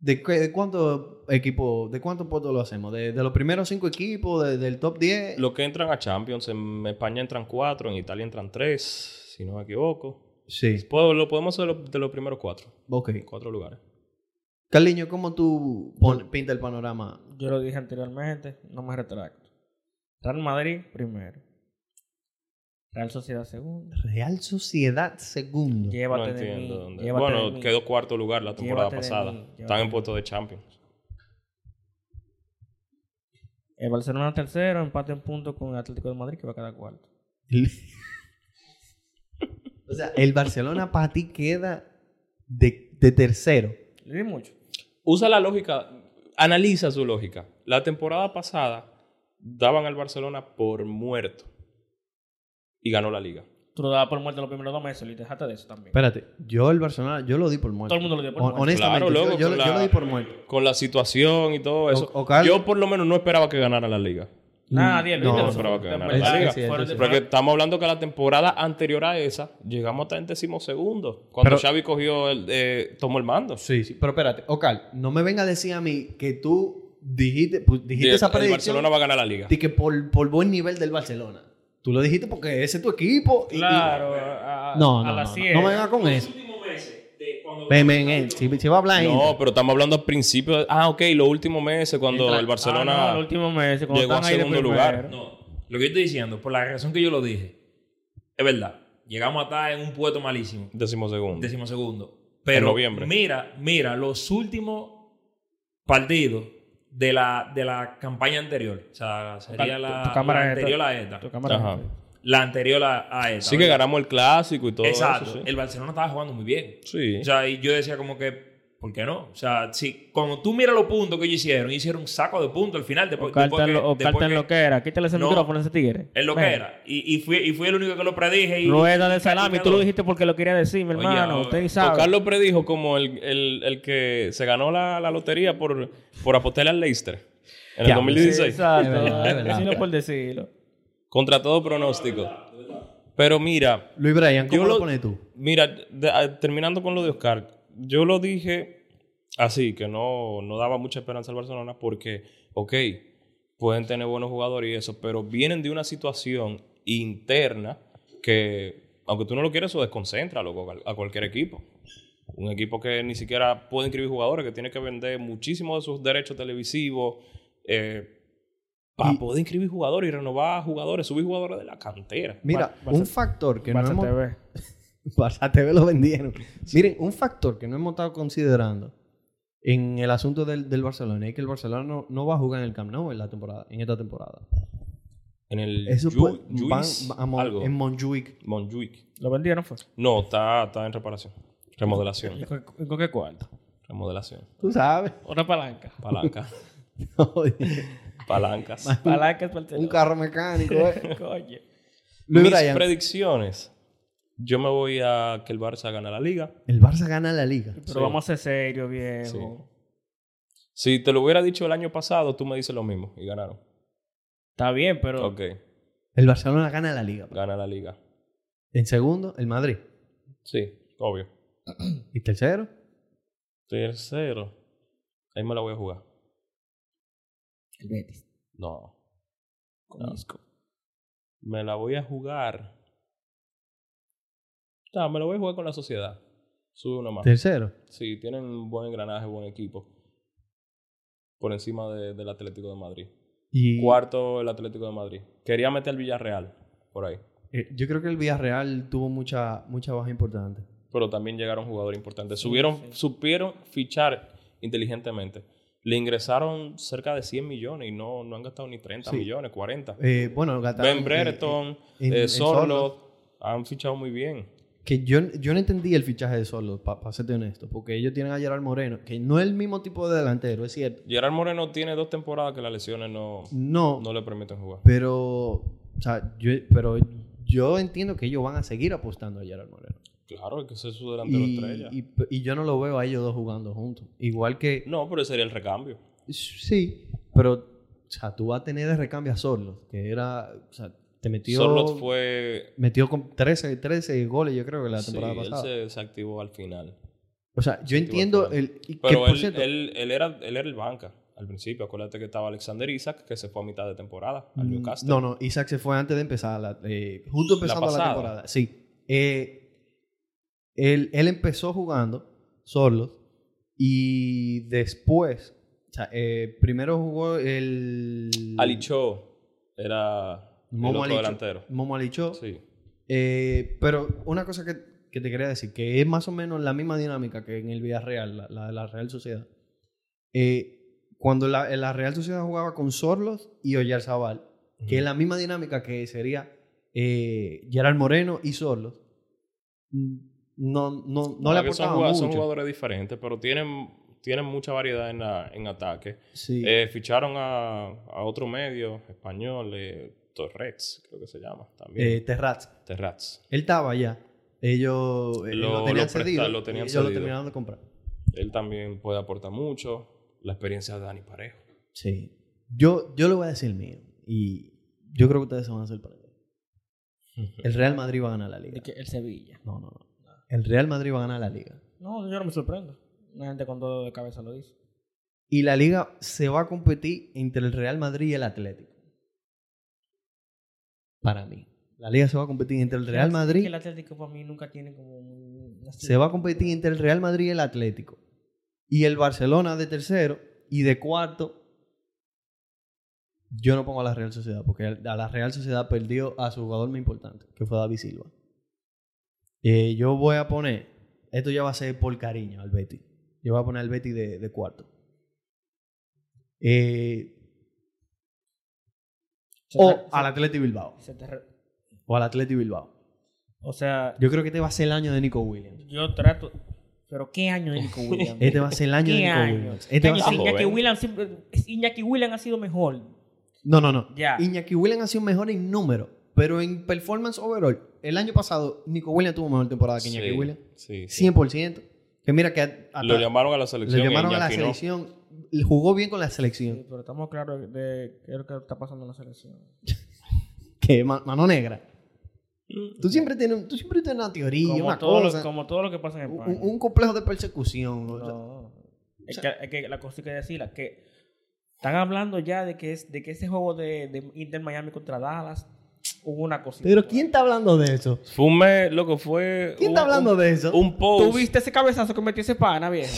Speaker 1: ¿De, qué- de cuántos equipos, de cuántos puestos lo hacemos? ¿De, de los primeros cinco equipos, de- del top 10?
Speaker 3: Los que entran a Champions, en España entran cuatro, en Italia entran tres, si no me equivoco.
Speaker 1: Sí.
Speaker 3: Puedo- lo podemos hacer de los- de los primeros cuatro.
Speaker 1: Ok.
Speaker 3: Cuatro lugares.
Speaker 1: Carliño, ¿cómo tú pon- pinta el panorama?
Speaker 2: Yo lo dije anteriormente, no me retracto. Real Madrid primero. Real Sociedad segundo.
Speaker 1: Real Sociedad segundo.
Speaker 2: Llévate de
Speaker 3: no
Speaker 2: mí.
Speaker 3: entiendo dónde.
Speaker 2: llévate de
Speaker 3: Bueno,
Speaker 2: mí.
Speaker 3: quedó cuarto lugar la temporada
Speaker 2: Llévate de
Speaker 3: pasada.
Speaker 2: mí, llévate
Speaker 3: Están
Speaker 2: de
Speaker 3: en
Speaker 2: mí.
Speaker 3: puesto de Champions.
Speaker 2: El Barcelona tercero, empate en punto con el Atlético de Madrid que va a quedar cuarto.
Speaker 1: o sea, el Barcelona para ti queda de, de tercero.
Speaker 2: Le di mucho.
Speaker 3: Usa la lógica, analiza su lógica. La temporada pasada daban al Barcelona por muerto y ganó la liga.
Speaker 2: Tú lo dabas por muerto los primeros dos meses y te dejaste de eso también.
Speaker 1: Espérate, yo el Barcelona, yo lo di por muerto.
Speaker 2: Todo el mundo lo dio por
Speaker 1: Hon-
Speaker 2: muerto.
Speaker 1: Honestamente,
Speaker 3: Claro,
Speaker 1: yo-
Speaker 3: loco,
Speaker 1: yo, lo- yo
Speaker 3: claro.
Speaker 1: lo di por muerto.
Speaker 3: Con la situación y todo eso.
Speaker 1: O- o Carlos-
Speaker 3: Yo por lo menos no esperaba que ganara la liga.
Speaker 2: Nadie,
Speaker 1: Mm, No,
Speaker 2: Luis,
Speaker 3: no
Speaker 2: te
Speaker 3: esperaba
Speaker 2: lo
Speaker 3: que
Speaker 2: te-
Speaker 3: ganara
Speaker 2: te-
Speaker 3: la
Speaker 2: te-
Speaker 3: liga.
Speaker 2: fueron-
Speaker 1: Pero-
Speaker 3: Porque estamos hablando que la temporada anterior a esa llegamos hasta el decimosegundo. Cuando
Speaker 1: Pero-
Speaker 3: Xavi cogió el, eh, tomó el mando.
Speaker 1: Sí, sí, pero espérate, Ocal, no me venga a decir a mí que tú dijiste, pues, dijiste
Speaker 3: El-
Speaker 1: esa
Speaker 3: el
Speaker 1: predicción
Speaker 3: Barcelona va a ganar la liga.
Speaker 1: de que por, por buen nivel del Barcelona. Tú lo dijiste porque ese es tu equipo. y- y-
Speaker 2: Claro, a, a-
Speaker 1: no,
Speaker 2: a
Speaker 1: no, no,
Speaker 2: las
Speaker 1: no,
Speaker 2: 10.
Speaker 1: no me venga con eso. Ven, ven, ven, si, si va a hablar
Speaker 3: No,
Speaker 1: entra.
Speaker 3: pero estamos hablando al principio. de- Ah, ok, los últimos meses cuando
Speaker 2: Entra-
Speaker 3: el Barcelona.
Speaker 2: Ah, no, los últimos meses, cuando
Speaker 3: llegó a
Speaker 2: están ahí de
Speaker 3: segundo
Speaker 2: primero.
Speaker 3: lugar.
Speaker 4: No, lo que yo estoy diciendo, por la razón que yo lo dije, es verdad. Llegamos a estar en un puesto malísimo,
Speaker 3: Decimosegundo.
Speaker 4: decimosegundo. Pero
Speaker 3: noviembre.
Speaker 4: mira, mira, los últimos partidos de la, de la campaña anterior. O sea, sería
Speaker 2: tu-
Speaker 4: la,
Speaker 2: tu cámara
Speaker 4: la
Speaker 2: es
Speaker 4: anterior
Speaker 2: esta.
Speaker 4: a esta.
Speaker 2: Tu cámara
Speaker 3: Ajá.
Speaker 2: gente.
Speaker 4: La anterior a, a esta.
Speaker 3: Sí que
Speaker 4: ¿verdad?
Speaker 3: ganamos el clásico y todo
Speaker 4: Exacto.
Speaker 3: eso. sí.
Speaker 4: El Barcelona estaba jugando muy bien.
Speaker 3: Sí.
Speaker 4: O sea, y yo decía como que, ¿por qué no? O sea, si, cuando tú miras los puntos que ellos hicieron, hicieron un saco de puntos al final. Después,
Speaker 2: O carta
Speaker 4: después
Speaker 2: en
Speaker 4: que-
Speaker 2: lo- o
Speaker 4: después
Speaker 2: carta en
Speaker 4: que-
Speaker 2: lo que era. Quítale ese
Speaker 4: No.
Speaker 2: micrófono a ese tigre.
Speaker 4: Es lo que
Speaker 2: Ven.
Speaker 4: era. Y, y, fui, y fui el único que lo predije. Y,
Speaker 2: Rueda
Speaker 4: y-
Speaker 2: de salami. Tú lo
Speaker 4: y-
Speaker 2: dijiste porque lo quería decir, mi
Speaker 4: Oye,
Speaker 2: hermano.
Speaker 4: ahora.
Speaker 2: Usted ni
Speaker 3: O
Speaker 2: sabe.
Speaker 3: Carlos predijo como el, el- el que se ganó la, la lotería por, por apostarle al Leicester en el
Speaker 1: Ya,
Speaker 2: Sí,
Speaker 3: 2016.
Speaker 2: Exacto.
Speaker 1: Es verdad, es verdad.
Speaker 2: Decirlo por decirlo.
Speaker 3: Contra todo pronóstico. Pero mira,
Speaker 1: Luis Bryan, ¿cómo
Speaker 3: Yo
Speaker 1: lo,
Speaker 3: lo-
Speaker 1: pones tú?
Speaker 3: Mira, de- a- terminando con lo de Oscar, yo lo dije así, que no, no daba mucha esperanza al Barcelona porque, ok, pueden tener buenos jugadores y eso, pero vienen de una situación interna que, eh, aunque tú no lo quieras, eso desconcentra loco, al- a cualquier equipo. Un equipo que ni siquiera puede inscribir jugadores, que tiene que vender muchísimos de sus derechos televisivos para
Speaker 1: Y-
Speaker 3: poder inscribir jugadores y renovar jugadores, subir jugadores de la cantera.
Speaker 1: Mira,
Speaker 2: Barça-
Speaker 1: un factor que no
Speaker 2: Barça
Speaker 1: hemos...
Speaker 2: TV.
Speaker 1: Barça TV lo vendieron. Miren, un factor que no hemos estado considerando en el asunto del, del Barcelona es que el Barcelona no, no va a jugar en el Camp Nou en, la temporada, en esta temporada.
Speaker 3: En el
Speaker 1: Eso
Speaker 3: Ju-
Speaker 1: puede-
Speaker 3: Juiz,
Speaker 1: van a Mon-
Speaker 3: algo.
Speaker 1: en Montjuic.
Speaker 3: Montjuic.
Speaker 2: Lo vendieron, fue.
Speaker 3: No, está, está en reparación. Remodelación.
Speaker 2: ¿Con, con qué cuarto?
Speaker 3: Remodelación.
Speaker 1: Tú sabes.
Speaker 2: Una palanca.
Speaker 3: Palanca. Palancas.
Speaker 2: Palanca es para el
Speaker 1: un
Speaker 2: teléfono.
Speaker 1: carro mecánico. eh.
Speaker 2: Coño.
Speaker 1: Luis
Speaker 3: Mis
Speaker 1: Bryan,
Speaker 3: predicciones. Yo me voy a que el Barça gana la liga.
Speaker 1: el Barça gana la liga.
Speaker 2: Pero
Speaker 3: Sí.
Speaker 2: vamos a ser serios, viejo.
Speaker 3: Si te lo hubiera dicho el año pasado, tú me dices lo mismo y ganaron.
Speaker 2: Está bien, pero
Speaker 3: Ok,
Speaker 1: El Barcelona gana la liga.
Speaker 3: gana la liga.
Speaker 1: En segundo, el Madrid.
Speaker 3: Sí, obvio.
Speaker 1: Y tercero,
Speaker 3: Tercero. Ahí me la voy a jugar.
Speaker 2: el Betis.
Speaker 3: No. Me la voy a jugar. No, me la voy a jugar con la sociedad. Sube uno más.
Speaker 1: tercero.
Speaker 3: Sí, tienen un buen engranaje, buen equipo. Por encima de- del Atlético de Madrid.
Speaker 1: Y
Speaker 3: Cuarto, el Atlético de Madrid. Quería meter al Villarreal, por ahí.
Speaker 1: eh, yo creo que el Villarreal tuvo mucha, mucha baja importante.
Speaker 3: Pero también llegaron jugadores importantes. Subieron,
Speaker 2: sí.
Speaker 3: supieron fichar inteligentemente. Le ingresaron cerca de 100 millones y no, no han gastado ni 30
Speaker 1: Sí.
Speaker 3: millones, 40.
Speaker 1: Eh, bueno, gastaron,
Speaker 3: ben
Speaker 1: eh,
Speaker 3: Brereton,
Speaker 1: en-
Speaker 3: eh,
Speaker 1: en
Speaker 3: Sorloth,
Speaker 1: Sorloth.
Speaker 3: han fichado muy bien.
Speaker 1: Que yo, yo no entendí el fichaje de Solo, para serte honesto, porque ellos tienen a Gerard Moreno, que no es el mismo tipo de delantero, es cierto.
Speaker 3: Gerard Moreno tiene dos temporadas que las lesiones no,
Speaker 1: No,
Speaker 3: no le permiten jugar.
Speaker 1: pero, o sea, yo, pero yo entiendo que ellos van a seguir apostando a Gerard Moreno.
Speaker 3: Claro, es que ese es su delantero
Speaker 1: Y,
Speaker 3: estrella.
Speaker 1: y- y yo no lo veo a ellos dos jugando juntos. Igual que,
Speaker 3: No, pero sería el recambio.
Speaker 1: sí, pero, o sea, tú vas a tener de recambio a Sorlo, que era, o sea, te metió...
Speaker 3: Sorloth fue
Speaker 1: Metió con 13, 13 goles, yo creo que la
Speaker 3: Sí,
Speaker 1: temporada pasada.
Speaker 3: Él se, se activó al final.
Speaker 1: O sea, yo
Speaker 3: activó
Speaker 1: entiendo
Speaker 3: al
Speaker 1: el. y que,
Speaker 3: Pero
Speaker 1: por
Speaker 3: él,
Speaker 1: cierto,
Speaker 3: él, él era, él era el banca al principio. Acuérdate que estaba Alexander Isaac, que se fue a mitad de temporada al
Speaker 1: Mm,
Speaker 3: Newcastle.
Speaker 1: No, no, Isaac se fue antes de empezar, la, eh, justo empezando la,
Speaker 3: pasada.
Speaker 1: temporada. Sí. Eh, él, él empezó jugando solo y después, o sea, eh, primero jugó el...
Speaker 3: Alichó era
Speaker 1: Momo
Speaker 3: el
Speaker 1: Alicho.
Speaker 3: otro delantero.
Speaker 1: Momo Alichó.
Speaker 3: Sí.
Speaker 1: Eh, pero una cosa que, que te quería decir, que es más o menos la misma dinámica que en el Villarreal, la, la de la Real Sociedad. Eh, cuando la, la Real Sociedad jugaba con Sorlos y Oyarzabal, que es la misma dinámica que sería eh, Gerard Moreno y Sorlos, mm, no, no, no, le
Speaker 3: que son,
Speaker 1: aportaba
Speaker 3: jugad-
Speaker 1: mucho.
Speaker 3: son jugadores diferentes, pero tienen, tienen mucha variedad en, la- en ataque.
Speaker 1: Sí.
Speaker 3: Eh, ficharon a, a otro medio español, eh, Torres, creo que se llama también.
Speaker 1: Eh, Terraz.
Speaker 3: Terraz.
Speaker 1: Él estaba allá. Ellos eh,
Speaker 3: Lo-
Speaker 1: lo,
Speaker 3: lo
Speaker 1: tenían
Speaker 3: presta-
Speaker 1: cedido. eh,
Speaker 3: lo tenían
Speaker 1: ellos lo
Speaker 3: cedido.
Speaker 1: terminaron de comprar.
Speaker 3: Él también puede aportar mucho. La experiencia de Dani Parejo.
Speaker 1: Sí. Yo, yo le voy a decir el mío. Y yo creo que ustedes se van a hacer para El Real Madrid va a ganar la liga.
Speaker 2: Es que el Sevilla.
Speaker 1: No, no, no. El Real Madrid va a ganar la liga.
Speaker 2: No, yo no me sorprendo. La gente con todo de cabeza lo dice.
Speaker 1: Y la liga se va a competir entre el Real Madrid y el Atlético. Para mí. La liga se va a competir entre el Real
Speaker 2: Es que
Speaker 1: Madrid.
Speaker 2: el Atlético para mí nunca tiene como... un- una-
Speaker 1: Se va a competir entre el Real Madrid y el Atlético. Y el Barcelona de tercero. Y de cuarto. Yo no pongo a la Real Sociedad. Porque a la Real Sociedad perdió a su jugador más importante. Que fue David Silva. Eh, yo voy a poner. Esto ya va a ser por cariño al Betty. Yo voy a poner al Betty de, de cuarto. Eh,
Speaker 2: Se te-
Speaker 1: o
Speaker 2: se-
Speaker 1: al Atleti Bilbao.
Speaker 2: se te re-
Speaker 1: O al Atleti Bilbao.
Speaker 2: O sea,
Speaker 1: Yo creo que este va a ser el año de Nico Williams.
Speaker 2: yo trato... Pero qué año de Nico Williams.
Speaker 1: Este va a ser el año de
Speaker 2: ¿Qué
Speaker 1: Nico
Speaker 2: año?
Speaker 1: Williams. Este va a
Speaker 2: Año
Speaker 1: ser-
Speaker 2: sí,
Speaker 3: joven.
Speaker 2: Iñaki Williams siempre- Iñaki Williams ha sido mejor.
Speaker 1: No, no, no.
Speaker 2: Ya.
Speaker 1: Iñaki Williams ha sido mejor en número, pero en performance overall, el año pasado Nico Williams tuvo mejor temporada que Iñaki
Speaker 3: Sí,
Speaker 1: Williams.
Speaker 3: sí, sí.
Speaker 1: 100%. Que mira que a- a-
Speaker 3: Lo llamaron a la selección.
Speaker 1: le llamaron
Speaker 3: y
Speaker 1: a la
Speaker 3: Iñaki no.
Speaker 1: selección, jugó bien con la selección,
Speaker 2: Sí, pero estamos claros de qué es lo que está pasando en la selección.
Speaker 1: que ma- mano negra. Tú siempre tienes, tú siempre tienes una teoría,
Speaker 2: Como
Speaker 1: una
Speaker 2: todo,
Speaker 1: cosa,
Speaker 2: lo, como todo lo que pasa en
Speaker 1: un,
Speaker 2: España.
Speaker 1: un- un complejo de persecución. o sea,
Speaker 2: No. Es, que, es que la cosa que hay que decirla, que están hablando ya de que, es, de que ese juego de, de Inter Miami contra Dallas hubo una cosita.
Speaker 1: Pero ¿quién está hablando de eso?
Speaker 3: Fue un mes, loco, fue.
Speaker 1: ¿Quién
Speaker 3: un-
Speaker 1: está hablando
Speaker 3: un-
Speaker 1: de eso?
Speaker 3: Un post.
Speaker 2: ¿Tú viste ese cabezazo que metió ese pana, viejo?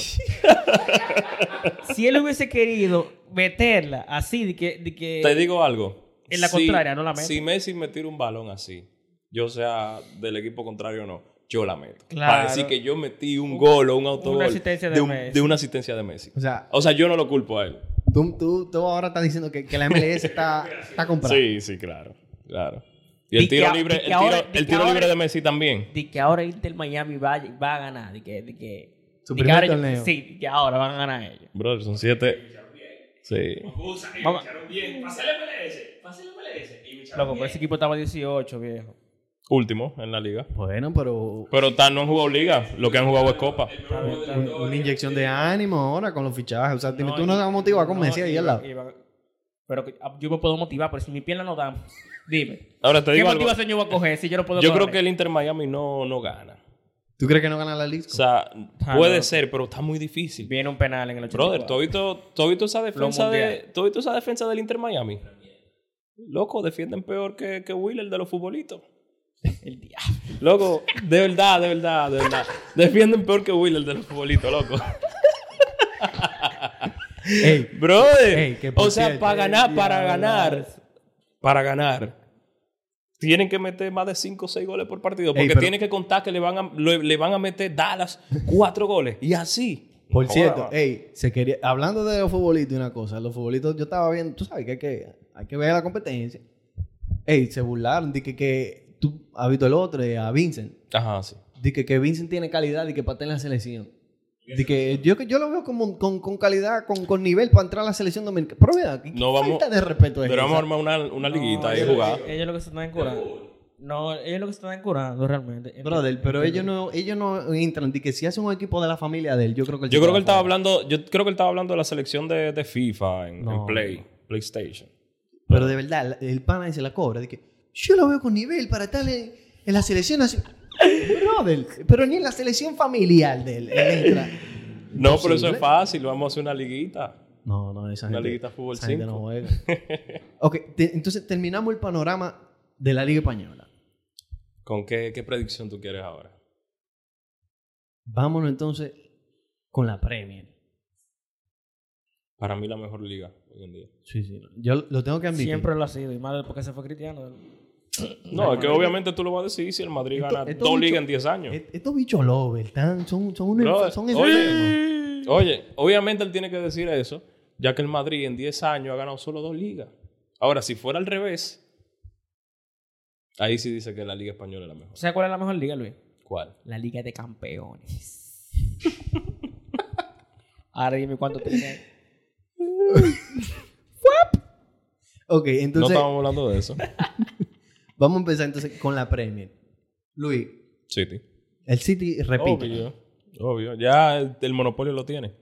Speaker 2: si él hubiese querido meterla así, de que... De que
Speaker 3: Te digo algo.
Speaker 2: En la contraria, no la meto.
Speaker 3: Si Messi me tira un balón así, yo sea del equipo contrario o no, yo la meto. Para
Speaker 2: Claro.
Speaker 3: decir que yo metí un gol o un autogol
Speaker 2: asistencia de
Speaker 3: un-
Speaker 2: Messi.
Speaker 3: de una asistencia de Messi.
Speaker 1: O sea,
Speaker 3: O sea, yo no lo culpo a él.
Speaker 1: tú, tú, tú ahora estás diciendo que, que la MLS está, está comprada.
Speaker 3: Sí, sí, claro. Claro. Y
Speaker 2: Di
Speaker 3: el tiro
Speaker 2: que a-
Speaker 3: libre,
Speaker 2: di que
Speaker 3: el
Speaker 2: ahora-
Speaker 3: tiro,
Speaker 2: di
Speaker 3: el
Speaker 2: que
Speaker 3: tiro
Speaker 2: ahora-
Speaker 3: libre de Messi también.
Speaker 2: de que ahora Inter Miami va, a- va a ganar. De que, de que,
Speaker 1: Su
Speaker 2: de que
Speaker 1: primer
Speaker 2: ahora-
Speaker 1: torneo.
Speaker 2: Sí, que ahora van a ganar ellos.
Speaker 3: Brother, son siete. Sí.
Speaker 2: Vamos.
Speaker 4: bien. Pasé el MLS. Pasé el MLS. Y me echaron
Speaker 2: Loco, pero ese equipo estaba 18, viejo.
Speaker 3: Último en la liga.
Speaker 1: Bueno, pero
Speaker 3: Pero tan no han jugado liga. Lo que han jugado es copa.
Speaker 1: un- una inyección de ánimo ahora con los fichajes. O sea, dime,
Speaker 2: No,
Speaker 1: tú no te vas a motivar con
Speaker 2: no,
Speaker 1: Messi ahí
Speaker 2: iba-
Speaker 1: al lado.
Speaker 2: iba- pero que- ah, yo me puedo motivar, pero si mi pierna no dan, dime.
Speaker 3: Ahora te
Speaker 2: ¿Qué
Speaker 3: digo algo.
Speaker 2: motivación yo voy a coger si yo no puedo
Speaker 3: Yo
Speaker 2: correr?
Speaker 3: creo que el Inter Miami no, no gana.
Speaker 1: ¿Tú crees que no gana la
Speaker 3: O
Speaker 1: Liga?
Speaker 3: sea,
Speaker 2: Ah,
Speaker 3: puede
Speaker 2: no.
Speaker 3: ser, pero está muy difícil.
Speaker 2: Viene un penal en el 84.
Speaker 3: Brother, ¿tú has visto- tú has visto esa defensa de,
Speaker 2: mundiales.
Speaker 3: tú has visto esa defensa del Inter Miami? Loco, defienden peor que, que Wheeler de los futbolitos.
Speaker 2: El día-
Speaker 3: Loco, de verdad, de verdad, de verdad. Defienden peor que Wheeler de los futbolitos, loco.
Speaker 1: Ey,
Speaker 3: Brother.
Speaker 1: Ey, que por
Speaker 3: o sea,
Speaker 1: cierto,
Speaker 3: para ganar,
Speaker 1: ey,
Speaker 3: para
Speaker 1: ya,
Speaker 3: ganar. Para ganar. Tienen que meter más de 5 o 6 goles por partido. Porque
Speaker 1: Ey, pero-
Speaker 3: tienen que contar que le van a, le, le van a meter Dallas 4 goles. Y así.
Speaker 1: por
Speaker 3: Joda,
Speaker 1: cierto, ey, se quería, hablando de los futbolistas, una cosa. Los futbolistas, yo estaba viendo, tú sabes que hay que, hay que ver la competencia. Ey, se burlaron. Dije que, que tú has visto el otro, eh, a Vincent.
Speaker 3: Ajá, sí.
Speaker 1: de que, que Vincent tiene calidad y que para estar en la selección. De que yo, que yo lo veo como con, con calidad, con, con nivel para entrar a la selección dominicana. Pero mira, ¿qué
Speaker 3: No vamos-
Speaker 1: falta de respeto es
Speaker 3: Pero vamos a
Speaker 1: esa?
Speaker 3: armar una, una liguita ahí
Speaker 2: ellos-
Speaker 3: jugar.
Speaker 2: Ellos lo que se están curando. No, ellos lo que se están curando realmente.
Speaker 1: Brother, pero ellos no, ellos no entran. De que si hace un equipo de la familia de él, yo creo que él
Speaker 3: Yo
Speaker 1: se
Speaker 3: creo que él
Speaker 1: queda
Speaker 3: estaba
Speaker 1: fuera.
Speaker 3: hablando, yo creo que él estaba hablando de la selección de, de FIFA en, en
Speaker 1: No.
Speaker 3: Play, PlayStation.
Speaker 1: Pero de verdad, la- el pana se la cobra. De que yo lo veo con nivel para estar en, en la selección así. Brother, pero ni en la selección familiar de él, él entra.
Speaker 3: No, pero eso
Speaker 1: Imposible.
Speaker 3: es fácil, vamos a hacer una liguita.
Speaker 1: No, no, esa
Speaker 3: Una
Speaker 1: gente.
Speaker 3: liguita fútbol
Speaker 1: esa gente no
Speaker 3: cinco.
Speaker 1: juega. ok, te- entonces terminamos el panorama de la Liga Española.
Speaker 3: ¿Con qué, qué predicción tú quieres ahora?
Speaker 1: Vámonos entonces con la Premier.
Speaker 3: Para mí la mejor liga hoy en día.
Speaker 1: Sí, sí. Yo lo tengo que admitir.
Speaker 2: Siempre lo ha sido. Y madre, porque se fue cristiano.
Speaker 3: No, es que obviamente tú lo vas a decidir si el Madrid
Speaker 1: Esto-
Speaker 3: gana
Speaker 1: esto
Speaker 3: dos
Speaker 1: mucho-
Speaker 3: ligas en 10 años.
Speaker 1: Est- E, Estos bichos lovers están, son, son, unos
Speaker 3: Brother,
Speaker 1: enfer- son enfermos.
Speaker 3: oye, oye, obviamente él tiene que decir eso, ya que el Madrid en 10 años ha ganado solo dos ligas. Ahora, si fuera al revés, ahí sí dice que la liga española es la mejor.
Speaker 2: ¿Sabes cuál es la mejor liga, Luis?
Speaker 3: ¿Cuál?
Speaker 2: La Liga de Campeones. Ahora dime cuánto tiene.
Speaker 1: Ok, entonces
Speaker 3: no estábamos hablando de eso.
Speaker 1: vamos a empezar entonces con la Premier. Luis,
Speaker 3: City.
Speaker 1: el City, repito.
Speaker 3: Obvio, obvio. Ya el, el monopolio lo tiene.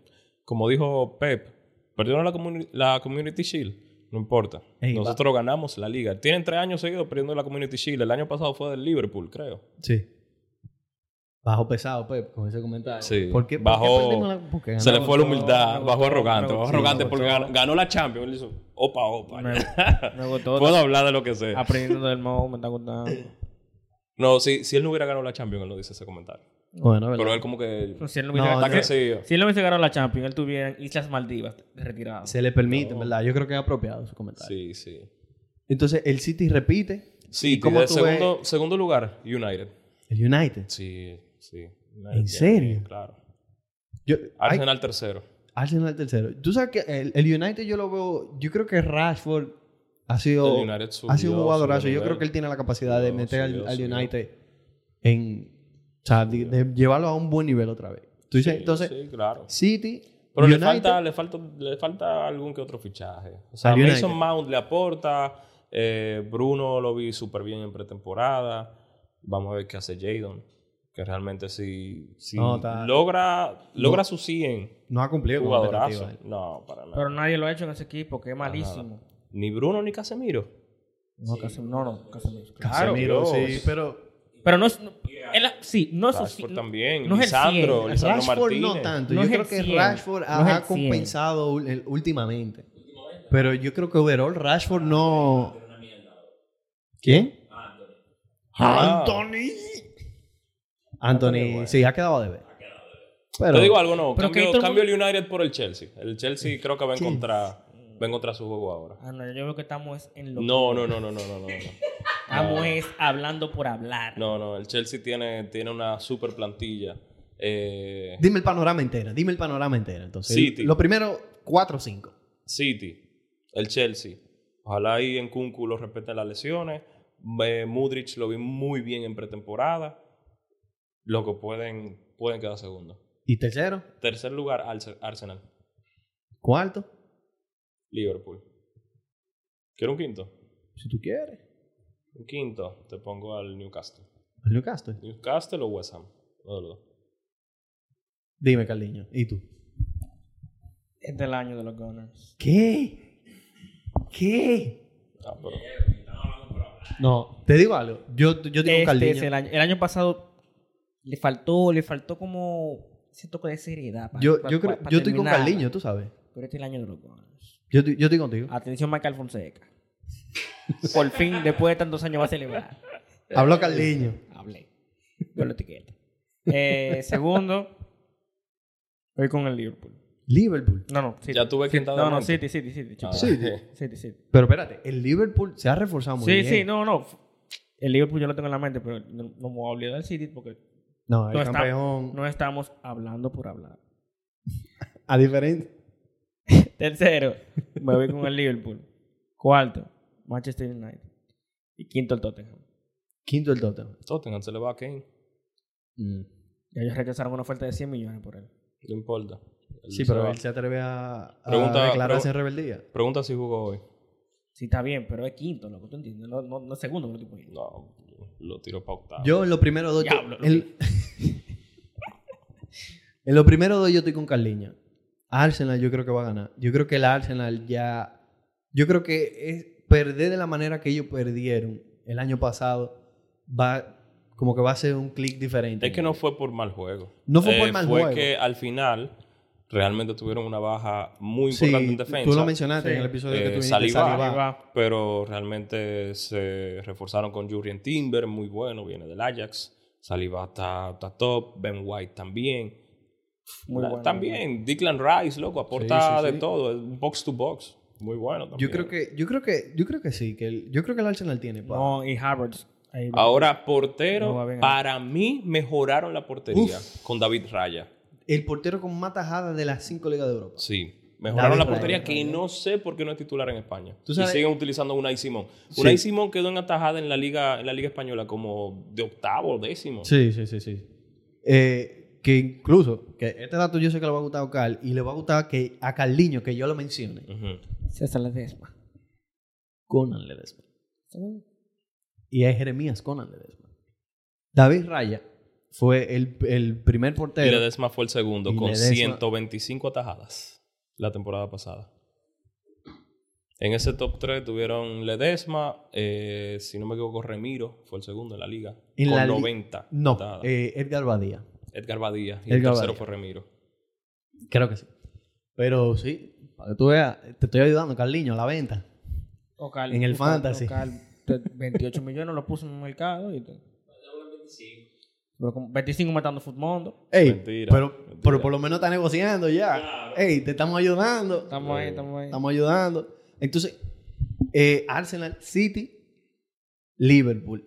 Speaker 3: Como dijo Pep, perdieron la, comuni- la Community Shield. No importa.
Speaker 1: Ey,
Speaker 3: Nosotros ganamos la liga. Tienen tres años seguidos perdiendo la Community Shield. El año pasado fue del Liverpool, creo.
Speaker 1: Sí. Bajo pesado, Pep, con ese comentario.
Speaker 3: Sí.
Speaker 1: ¿Por qué, por
Speaker 3: Bajó-
Speaker 1: qué perdimos la- porque
Speaker 3: Se le
Speaker 1: ganamos?
Speaker 3: fue la humildad.
Speaker 2: me
Speaker 3: bajó
Speaker 2: gustó, me
Speaker 3: arrogante. Bajó
Speaker 2: gustó,
Speaker 3: arrogante
Speaker 2: me
Speaker 3: porque
Speaker 2: gustó.
Speaker 3: ganó, ganó la Champions. Él hizo opa, opa.
Speaker 2: Me, me gustó.
Speaker 3: Puedo hablar de lo que
Speaker 1: Ah.
Speaker 3: sea.
Speaker 2: Aprendiendo del modo, me está gustando.
Speaker 3: No, si, si él no hubiera ganado la Champions, él no dice ese comentario.
Speaker 1: Bueno, ¿verdad?
Speaker 3: Pero él como que
Speaker 2: Si él no
Speaker 1: No,
Speaker 2: hubiese,
Speaker 3: está
Speaker 1: yo-
Speaker 3: crecido.
Speaker 2: si él no hubiese ganado la Champions, él tuviera Islas Maldivas retirado.
Speaker 1: Se le permite, en ¿verdad? Yo creo que es apropiado su comentario.
Speaker 3: Sí, sí.
Speaker 1: Entonces, el City repite.
Speaker 3: Sí,
Speaker 1: cómo tú ves-
Speaker 3: segundo, segundo lugar, United.
Speaker 1: El United.
Speaker 3: Sí, sí.
Speaker 1: ¿En serio?
Speaker 3: Claro.
Speaker 1: Yo, ay,
Speaker 3: Arsenal tercero.
Speaker 1: Arsenal tercero. Tú sabes que el, el United yo lo veo, yo creo que Rashford ha sido,
Speaker 3: El United subió,
Speaker 1: ha sido un jugadorazo.
Speaker 3: subió
Speaker 1: Yo
Speaker 3: nivel.
Speaker 1: creo que él tiene la capacidad de
Speaker 3: Subió,
Speaker 1: meter al-
Speaker 3: subió,
Speaker 1: al,
Speaker 3: subió.
Speaker 1: United en, o sea, de, de llevarlo a un buen nivel otra vez. Tú dices,
Speaker 3: Sí,
Speaker 1: entonces,
Speaker 3: sí, claro.
Speaker 1: City,
Speaker 3: Pero le
Speaker 1: United,
Speaker 3: falta, le, falta, le falta algún que otro fichaje. O sea,
Speaker 1: Al
Speaker 3: Mason
Speaker 1: United.
Speaker 3: Mount le aporta. eh, Bruno lo vi súper bien en pretemporada. Vamos a ver qué hace Jadon. Que realmente si, si
Speaker 1: No, está-
Speaker 3: logra, logra su 100
Speaker 1: no ha cumplido con la
Speaker 3: jugadorazo.
Speaker 1: expectativa.
Speaker 3: No, para nada.
Speaker 2: Pero nadie lo ha hecho en ese equipo, que es malísimo.
Speaker 3: Ni Bruno ni Casemiro.
Speaker 2: No, Casemiro. No, no, Casemiro.
Speaker 1: Casemiro,
Speaker 3: Dios.
Speaker 1: sí, pero
Speaker 2: Pero no es. no- él- sí, no es su-
Speaker 3: Rashford también.
Speaker 2: no es el
Speaker 3: Lisandro,
Speaker 2: cien.
Speaker 3: Lisandro
Speaker 1: Rashford
Speaker 3: Martínez.
Speaker 1: no tanto.
Speaker 2: No
Speaker 1: yo
Speaker 2: es
Speaker 1: creo
Speaker 2: el
Speaker 1: que
Speaker 2: 100.
Speaker 1: Rashford ha,
Speaker 2: No es el
Speaker 1: ha
Speaker 2: 100.
Speaker 1: compensado ul- el- últimamente. Pero yo creo que overall Rashford no. ¿Quién?
Speaker 3: Ah.
Speaker 1: Anthony. Anthony, sí, ha quedado de ver. Pero
Speaker 3: Te digo algo, no.
Speaker 2: Pero que
Speaker 3: Cambio,
Speaker 2: todo el
Speaker 3: cambio el United por el Chelsea. El Chelsea creo que va a
Speaker 1: Sí.
Speaker 3: encontrar, va a encontrar su juego ahora.
Speaker 2: Ah, no, yo veo que estamos en lo.
Speaker 3: No, no, no, no, no, no, no. no.
Speaker 2: Estamos es hablando por hablar.
Speaker 3: No, no, el Chelsea tiene, tiene una super plantilla. Eh,
Speaker 1: dime el panorama entero, dime el panorama entero. Entonces,
Speaker 3: City.
Speaker 1: lo primero, 4 o 5.
Speaker 3: City, el Chelsea. Ojalá ahí en Kunku lo respeten las lesiones. Eh, Mudrich lo vi muy bien en pretemporada. Loco, pueden, pueden quedar segundo.
Speaker 1: ¿Y tercero?
Speaker 3: Tercer lugar, Arse- Arsenal.
Speaker 1: ¿Cuarto?
Speaker 3: Liverpool. ¿Quiero un quinto?
Speaker 1: Si tú quieres.
Speaker 3: Un quinto. Te pongo al Newcastle.
Speaker 1: El Newcastle.
Speaker 3: Newcastle o West Ham. Uno de los dos.
Speaker 1: Dime, Carliño. ¿Y tú?
Speaker 2: Es del año de los Gunners.
Speaker 1: ¿Qué? ¿Qué?
Speaker 3: Ah, pero-
Speaker 1: No, te digo algo. Yo, yo digo
Speaker 2: Este
Speaker 1: Carliño.
Speaker 2: es el año. El año pasado le faltó, le faltó como ese toque de seriedad. pa-
Speaker 1: Yo,
Speaker 2: pa-
Speaker 1: yo, creo-
Speaker 2: pa- pa
Speaker 1: yo estoy con
Speaker 2: terminar.
Speaker 1: Carliño, tú sabes.
Speaker 2: Pero este es el año de los Gunners.
Speaker 1: Yo, estoy- yo estoy contigo.
Speaker 2: Atención, Michael Fonseca. Por fin, después de tantos años, va a celebrar. eh,
Speaker 1: Habló Carliño.
Speaker 2: Hablé. Yo lo etiqueté. Eh, segundo, voy con el Liverpool.
Speaker 1: Liverpool.
Speaker 2: No, no, City.
Speaker 3: Ya tuve
Speaker 2: City.
Speaker 3: quinta de
Speaker 2: No, no,
Speaker 3: monte.
Speaker 2: City, City, City. chupa.
Speaker 3: Ah,
Speaker 1: Sí.
Speaker 2: City, City.
Speaker 1: Pero espérate, el Liverpool se ha reforzado Ah, muy
Speaker 2: Sí,
Speaker 1: bien.
Speaker 2: sí, no, no. El Liverpool yo lo tengo en la mente, pero no, no me voy a olvidar del City porque
Speaker 1: No, el
Speaker 2: No está-
Speaker 1: campeón.
Speaker 2: no estamos hablando por hablar.
Speaker 1: A diferencia.
Speaker 2: Tercero, me voy con el Liverpool. Cuarto, Manchester United. Y quinto, el Tottenham.
Speaker 1: Quinto el Tottenham.
Speaker 3: Tottenham se le va a Kane.
Speaker 2: Ya ellos rechazaron una oferta de 100 millones por él.
Speaker 3: No importa. Él
Speaker 1: Sí,
Speaker 3: se
Speaker 1: pero
Speaker 3: va.
Speaker 1: él se atreve a, a
Speaker 3: Pregunta-
Speaker 1: declararse
Speaker 3: pregu-
Speaker 1: en rebeldía.
Speaker 3: Pregunta si jugó hoy.
Speaker 2: Sí, está bien, pero es quinto, loco, ¿tú entiendes? No, no, no es segundo, por tipo.
Speaker 3: No, lo tiró para octavo.
Speaker 1: Yo en los primeros dos.
Speaker 2: Diablo,
Speaker 1: yo- en- en los primeros dos yo estoy con Carliño. Arsenal yo creo que va a ganar. Yo creo que el Arsenal ya. Yo creo que es perder de la manera que ellos perdieron el año pasado va como que va a ser un clic diferente.
Speaker 3: Es que no fue por mal juego. Eh,
Speaker 1: No fue por mal
Speaker 3: fue
Speaker 1: juego.
Speaker 3: que al final realmente tuvieron una baja muy
Speaker 1: Sí,
Speaker 3: importante en defensa.
Speaker 1: Tú lo mencionaste
Speaker 2: Sí.
Speaker 1: en el episodio que
Speaker 3: Eh,
Speaker 1: tú viniste.
Speaker 3: Saliba.
Speaker 1: Saliba.
Speaker 3: Pero realmente se reforzaron con Jurien Timber, muy bueno, viene del Ajax. Saliba está, está top, Ben White también.
Speaker 2: Muy
Speaker 3: La-
Speaker 2: bueno,
Speaker 3: también, Declan Rice, loco, aporta
Speaker 1: Sí, sí, sí.
Speaker 3: de todo, es un box to box. Muy bueno también.
Speaker 1: Yo creo que, yo creo que, yo creo que sí, que el- yo creo que el Arsenal tiene. pa.
Speaker 2: No, y Harvards. Ahí va.
Speaker 3: Ahora,
Speaker 2: No
Speaker 3: portero,
Speaker 1: ¿eh?
Speaker 2: va bien.
Speaker 3: para mí mejoraron la portería con David Raya.
Speaker 1: El portero con más tajadas de las cinco ligas de Europa.
Speaker 3: Sí,
Speaker 1: David
Speaker 3: mejoraron la
Speaker 1: Raya.
Speaker 3: portería que no sé por qué no es titular en España.
Speaker 1: Tú sabes-
Speaker 3: Y siguen utilizando Unai Simón.
Speaker 1: Sí.
Speaker 3: Unai Simón quedó en atajada en la liga en la liga española como de octavo, décimo.
Speaker 1: Sí, sí, sí, sí. Eh, que incluso, que este dato yo sé que le va a gustar a Ocal y le va a gustar que, a Carliño que yo lo mencione.
Speaker 3: Ujú.
Speaker 2: César Ledesma.
Speaker 1: Conan Ledesma.
Speaker 2: ¿Saben?
Speaker 1: Y es Jeremías Conan Ledesma. David Raya fue el, el primer
Speaker 3: Y
Speaker 1: portero.
Speaker 3: Ledesma fue el segundo
Speaker 1: Y
Speaker 3: con
Speaker 1: Ledesma-
Speaker 3: 125 atajadas la temporada pasada. En ese top 3 tuvieron Ledesma, eh, si no me equivoco, Remiro fue el segundo en la liga.
Speaker 1: En
Speaker 3: con
Speaker 1: la li-
Speaker 3: 90.
Speaker 1: No,
Speaker 3: atajadas.
Speaker 1: eh, Edgar Badía.
Speaker 3: Edgar Badía. Y el
Speaker 1: Edgar
Speaker 3: tercero
Speaker 1: Badía.
Speaker 3: fue Remiro.
Speaker 1: Creo que sí. Pero sí, para que tú veas, te estoy ayudando, Carliño, a la venta.
Speaker 2: Ocal-
Speaker 1: En el
Speaker 2: Ocal-
Speaker 1: fantasy.
Speaker 2: Ocal, te- 28 millones lo puso en el mercado. Y te- Pero como 25 matando Futmundo.
Speaker 1: Ey,
Speaker 3: Mentira,
Speaker 1: pero,
Speaker 3: mentira.
Speaker 1: pero por lo menos está negociando ya. Ey, te estamos ayudando.
Speaker 2: Estamos ahí, estamos ahí.
Speaker 1: Estamos ayudando. Entonces, eh, Arsenal, City, Liverpool.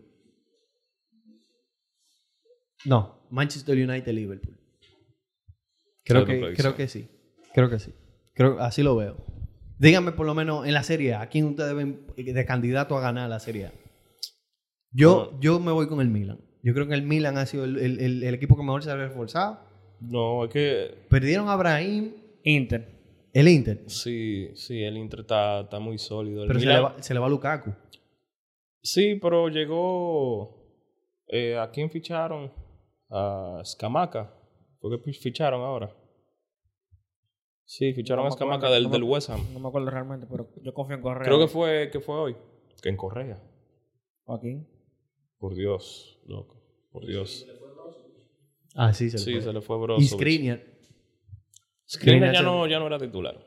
Speaker 1: No, Manchester United, Liverpool. Creo,
Speaker 3: Esa es tu
Speaker 1: que,
Speaker 3: predicción.
Speaker 1: creo que sí. Creo que sí. Creo, así lo veo. Díganme por lo menos en la Serie A, ¿a quién ustedes ven de candidato a ganar la Serie A? Yo, yo me voy con el Milan. Yo creo que el Milan ha sido el, el- el- el equipo que mejor se ha reforzado.
Speaker 3: No, es que
Speaker 1: Perdieron a Brahim,
Speaker 2: Inter.
Speaker 1: el Inter,
Speaker 3: sí, sí, el Inter está, está muy sólido. El
Speaker 1: pero se
Speaker 3: Milan-
Speaker 1: le, va, se le va a Lukaku.
Speaker 3: Sí, pero llegó. eh, ¿A quién ficharon? A Scamaca. ¿Por qué ficharon ahora? Sí, ficharon
Speaker 2: No
Speaker 3: a
Speaker 2: me
Speaker 3: Scamaca
Speaker 2: acuerdo,
Speaker 3: del,
Speaker 2: no me-
Speaker 3: del West Ham.
Speaker 2: No me acuerdo realmente, pero yo confío en Correa.
Speaker 3: Creo que fue, que fue hoy. que en Correa.
Speaker 2: Joaquín.
Speaker 3: Por Dios, loco. Por Dios.
Speaker 1: Ah, sí, se lo
Speaker 3: Sí,
Speaker 1: fue.
Speaker 3: se le fue Brozovic.
Speaker 1: Y Skriniar.
Speaker 3: Skriniar
Speaker 1: Skriniar
Speaker 3: ya
Speaker 1: se-
Speaker 3: no, ya no era titular.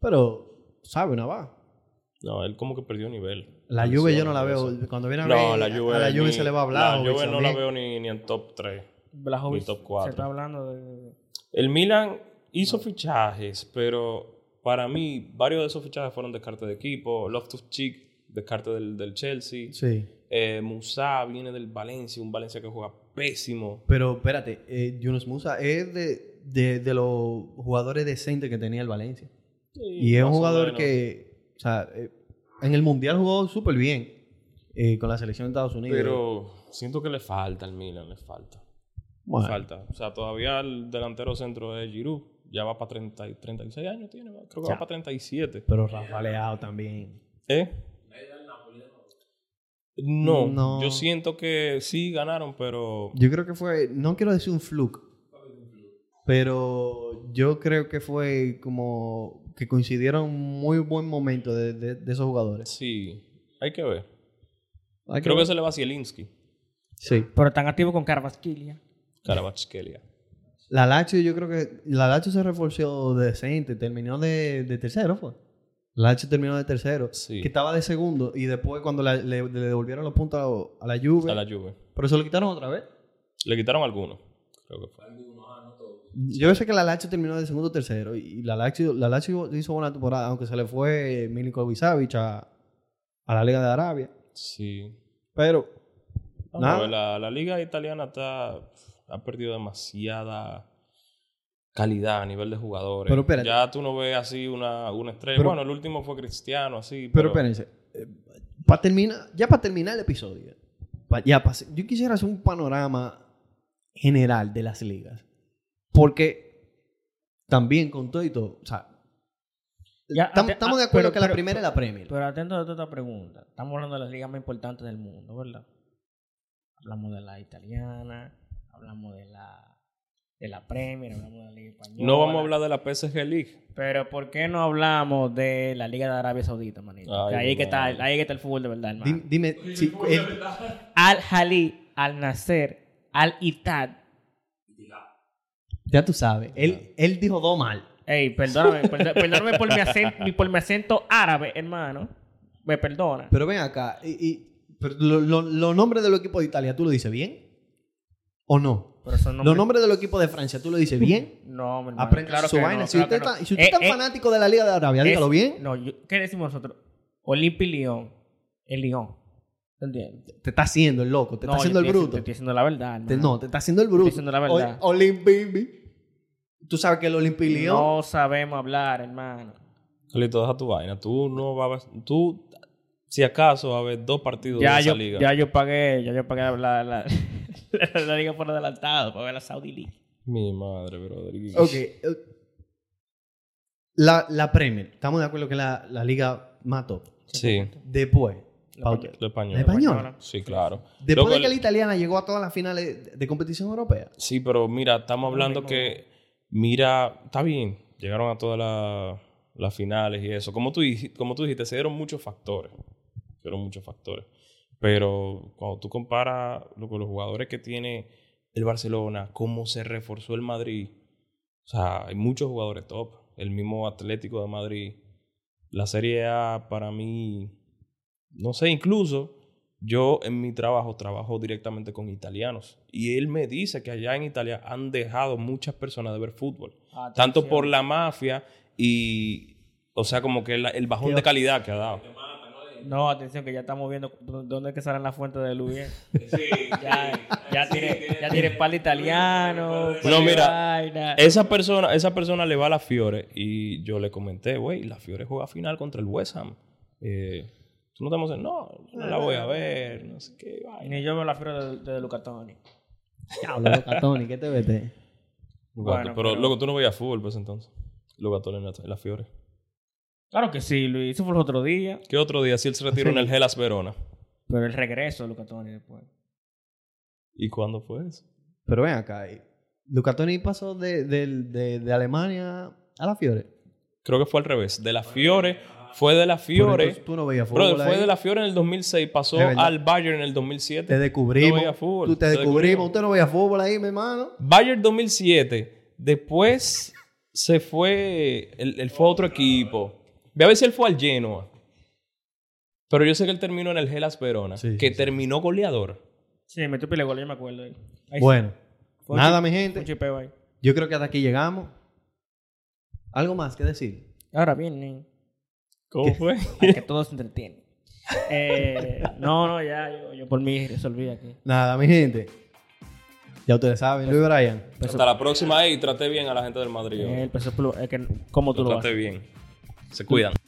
Speaker 1: Pero, sabe, una va.
Speaker 3: No, él como que perdió nivel.
Speaker 1: La
Speaker 3: Lesiones,
Speaker 1: Juve yo no la
Speaker 3: eso.
Speaker 1: veo. Cuando viene a ver,
Speaker 3: No, la Juve.
Speaker 1: a la Juve
Speaker 3: ni-
Speaker 1: se le va a hablar.
Speaker 3: La Juve no la veo ni, ni en top 3.
Speaker 2: Blajovic.
Speaker 3: Mi top cuatro.
Speaker 2: Se está hablando de...
Speaker 3: El Milan hizo fichajes, pero para mí varios de esos fichajes fueron descarte de equipo. Loftus Cheek, descarte del, del Chelsea.
Speaker 1: Sí.
Speaker 3: Eh, Musá viene del Valencia, un Valencia que juega pésimo.
Speaker 1: Pero espérate, eh, Yunus Musa es de, de, de los jugadores decentes que tenía el Valencia. Y es un
Speaker 3: más o
Speaker 1: jugador
Speaker 3: menos.
Speaker 1: que, o sea, eh, en el Mundial jugó súper bien eh, con la selección de Estados Unidos.
Speaker 3: Pero siento que le falta al Milan, le falta.
Speaker 1: Bueno,
Speaker 3: Falta. O sea, todavía el delantero centro es Giroud. Ya va para 30, y 36 años, tiene. va- Creo que va
Speaker 1: Ya.
Speaker 3: para 37.
Speaker 1: pero Rafa Leao también.
Speaker 3: ¿Eh? No,
Speaker 1: No.
Speaker 3: yo siento que sí ganaron, pero
Speaker 1: Yo creo que fue, no quiero decir un fluke, pero yo creo que fue como que coincidieron muy buen momento de, de- de esos jugadores.
Speaker 3: sí, hay que ver.
Speaker 1: Hay
Speaker 3: Creo que
Speaker 1: ver.
Speaker 3: se le va a Zielinski,
Speaker 1: Sí.
Speaker 2: Pero están activos con Carvasquilia.
Speaker 3: Carabachkelia.
Speaker 1: La Lazio yo creo que la Lazio se reforzó decente, terminó de, de tercero, fue. La Lazio terminó de tercero,
Speaker 3: Sí.
Speaker 1: que estaba de segundo y después cuando la- le, le devolvieron los puntos a, a la Juve,
Speaker 3: A la Juve.
Speaker 1: pero se lo quitaron otra vez.
Speaker 3: Le quitaron algunos. Creo que fue.
Speaker 1: Yo sé que la Lazio terminó de segundo tercero y- y la Lazio, la Lazio hizo buena temporada, aunque se le fue Milinkovic Savic a, a la Liga de Arabia,
Speaker 3: Sí.
Speaker 1: pero
Speaker 3: Vamos a
Speaker 1: Nada.
Speaker 3: ver, la, la liga italiana está, ha perdido demasiada calidad a nivel de jugadores.
Speaker 1: Pero espérate.
Speaker 3: Ya tú no ves así una, una estrella.
Speaker 1: Pero-
Speaker 3: bueno, el último fue Cristiano, así.
Speaker 1: Pero espérense, para terminar, ya para terminar el episodio, pa- ya pa- yo quisiera hacer un panorama general de las ligas. Porque también con todo y todo, o sea,
Speaker 2: Ya,
Speaker 1: tam-
Speaker 2: ante-
Speaker 1: estamos
Speaker 2: ah,
Speaker 1: de acuerdo
Speaker 2: pero-
Speaker 1: que la
Speaker 2: pero-
Speaker 1: primera es la Premier.
Speaker 2: Pero atento a toda esta pregunta. Estamos hablando de las ligas más importantes del mundo, ¿verdad? Hablamos de la italiana, hablamos de la de la Premier, hablamos de la Liga Española.
Speaker 3: No vamos a hablar de la PSG League.
Speaker 2: Pero ¿por qué no hablamos de la Liga de Arabia Saudita, manito?
Speaker 3: Ay,
Speaker 2: Que ahí, es que está,
Speaker 3: madre.
Speaker 2: ahí es que está el fútbol de verdad, hermano.
Speaker 1: Di- Dime, si el-
Speaker 2: Al Jalí, Al Nasser, Al Itad.
Speaker 1: ya tú sabes, él, él dijo dos mal.
Speaker 2: Ey, perdóname, perdo- perdóname por mi, acento, por mi acento árabe, hermano. Me perdona.
Speaker 1: Pero ven acá, y, y- pero lo- lo- los nombres de los equipos de Italia, ¿tú lo dices bien? ¿O no?
Speaker 2: Pero son
Speaker 1: Los nombres de los equipos de Francia, ¿tú lo dices bien?
Speaker 2: No, mi hermano.
Speaker 1: Aprende
Speaker 2: claro
Speaker 1: su
Speaker 2: que
Speaker 1: vaina.
Speaker 2: no,
Speaker 1: si
Speaker 2: claro
Speaker 1: usted,
Speaker 2: que no.
Speaker 1: está- si usted es tan
Speaker 2: Eh, eh,
Speaker 1: fanático de la Liga de Arabia,
Speaker 2: es-
Speaker 1: dígalo bien.
Speaker 2: No, yo- ¿qué decimos nosotros? Olimpi y Lyon. El Lyon. ¿Te entiendes?
Speaker 1: Te está haciendo el loco, te
Speaker 2: No,
Speaker 1: está
Speaker 2: yo
Speaker 1: haciendo el
Speaker 2: estoy
Speaker 1: bruto.
Speaker 2: Te estoy haciendo la verdad.
Speaker 1: Te-
Speaker 2: hermano.
Speaker 1: no, te está haciendo el bruto.
Speaker 2: diciendo la verdad.
Speaker 1: O- Olimpimbi. Tú sabes que el Olimpilión.
Speaker 2: No sabemos hablar, hermano.
Speaker 3: Carlito, deja tu vaina. Tú no vas a ver- Tú, si acaso, vas a ver dos partidos
Speaker 2: Ya
Speaker 3: de esa
Speaker 2: yo,
Speaker 3: liga.
Speaker 2: ya yo pagué, ya yo pagué la, la, la, la- la liga por adelantado, pagué la Saudi League.
Speaker 3: Mi madre, brother.
Speaker 1: Ok. eh, La, la Premier. Estamos de acuerdo que es la, la liga más top.
Speaker 3: Sí,
Speaker 1: Después.
Speaker 2: La
Speaker 1: pa'
Speaker 2: española.
Speaker 1: usted.
Speaker 3: lo
Speaker 1: La
Speaker 3: español.
Speaker 1: española.
Speaker 3: Sí, claro.
Speaker 1: Después
Speaker 3: Loco,
Speaker 1: de que
Speaker 3: el-
Speaker 1: la italiana llegó a todas las finales de- de competición europea.
Speaker 3: Sí, pero mira, estamos hablando
Speaker 2: mismo.
Speaker 3: que. Mira, está bien. Llegaron a todas la- las finales y eso. Como tú, dij- como tú dijiste, se dieron muchos factores. Se dieron muchos factores. Pero cuando tú comparas lo que los jugadores que tiene el Barcelona, cómo se reforzó el Madrid. O sea, hay muchos jugadores top. El mismo Atlético de Madrid. La Serie A, para mí. No sé, incluso yo en mi trabajo trabajo directamente con italianos y él me dice que allá en Italia han dejado muchas personas de ver fútbol,
Speaker 2: Ah,
Speaker 3: tanto por la mafia y, o sea, como que la- el bajón de calidad que ha dado.
Speaker 2: No, atención, que ya estamos viendo dó- dónde es que salen las fuentes de Luis. ya, ya tiene, ya tiene palo italiano. palo de
Speaker 3: mira,
Speaker 2: vaina.
Speaker 3: Esa persona, esa persona le va a la Fiore y yo le comenté, güey, la Fiore juega final contra el West Ham. Eh, tú no te vas a no, yo no la voy a ver, no sé qué. vaina".
Speaker 2: Ni yo veo la fiera de, de Luca Toni.
Speaker 1: Diablo, loca, Tony, ¿qué te vete?
Speaker 2: Bueno,
Speaker 3: pero,
Speaker 2: pero-
Speaker 3: luego tú no veías fútbol, pues entonces. Luego tú en la, en la Fiore.
Speaker 2: Claro que sí, Luis. Eso fue el otro día.
Speaker 3: ¿Qué otro día? Si él se retiró en el Hellas Verona.
Speaker 2: Pero el regreso de Luca Toni después.
Speaker 3: ¿Y cuándo fue eso?
Speaker 1: Pero ven acá. eh, Luca Toni pasó de, del- de- de Alemania a la Fiore.
Speaker 3: Creo que fue al revés. De la Fiore Fue de la
Speaker 1: Pero
Speaker 3: Fiore.
Speaker 1: entonces Tú no veías
Speaker 3: Brother,
Speaker 1: fútbol.
Speaker 3: fue
Speaker 1: ahí.
Speaker 3: de la Fiore en el 2006, pasó
Speaker 1: De verdad.
Speaker 3: al Bayern en el 2007.
Speaker 1: Te descubrimos.
Speaker 3: veía fútbol,
Speaker 1: Tú te
Speaker 3: te
Speaker 1: descubrimos.
Speaker 3: descubrimos.
Speaker 1: Usted no veía fútbol ahí, mi hermano.
Speaker 3: Bayern 2007. Después se fue. Él, él fue a otro equipo. Ve a ver si él fue al Genoa. Pero yo sé que él terminó en el Hellas Verona.
Speaker 1: Sí,
Speaker 3: que
Speaker 1: sí, sí.
Speaker 3: terminó goleador.
Speaker 2: Sí, me tuve el gol, yo me acuerdo. de él. Ahí sí,
Speaker 1: Bueno,
Speaker 2: fue un
Speaker 1: nada,
Speaker 2: chi-
Speaker 1: mi
Speaker 2: fue un
Speaker 1: gente.
Speaker 2: chipeo ahí.
Speaker 1: Yo creo que hasta aquí llegamos. ¿Algo más que decir?
Speaker 2: Ahora bien, eh,
Speaker 3: ¿Cómo fue?
Speaker 2: para que todos se entretienen. Eh, no, no, ya, yo, yo por mí resolví aquí.
Speaker 1: Nada, mi gente. Ya ustedes saben, Luis Brian.
Speaker 3: Hasta la próxima. Y trate bien a la gente del Madrid.
Speaker 2: El peso pluma, eh, que- ¿cómo tú lo
Speaker 3: Lo
Speaker 2: vas?
Speaker 3: trate bien. Se cuidan.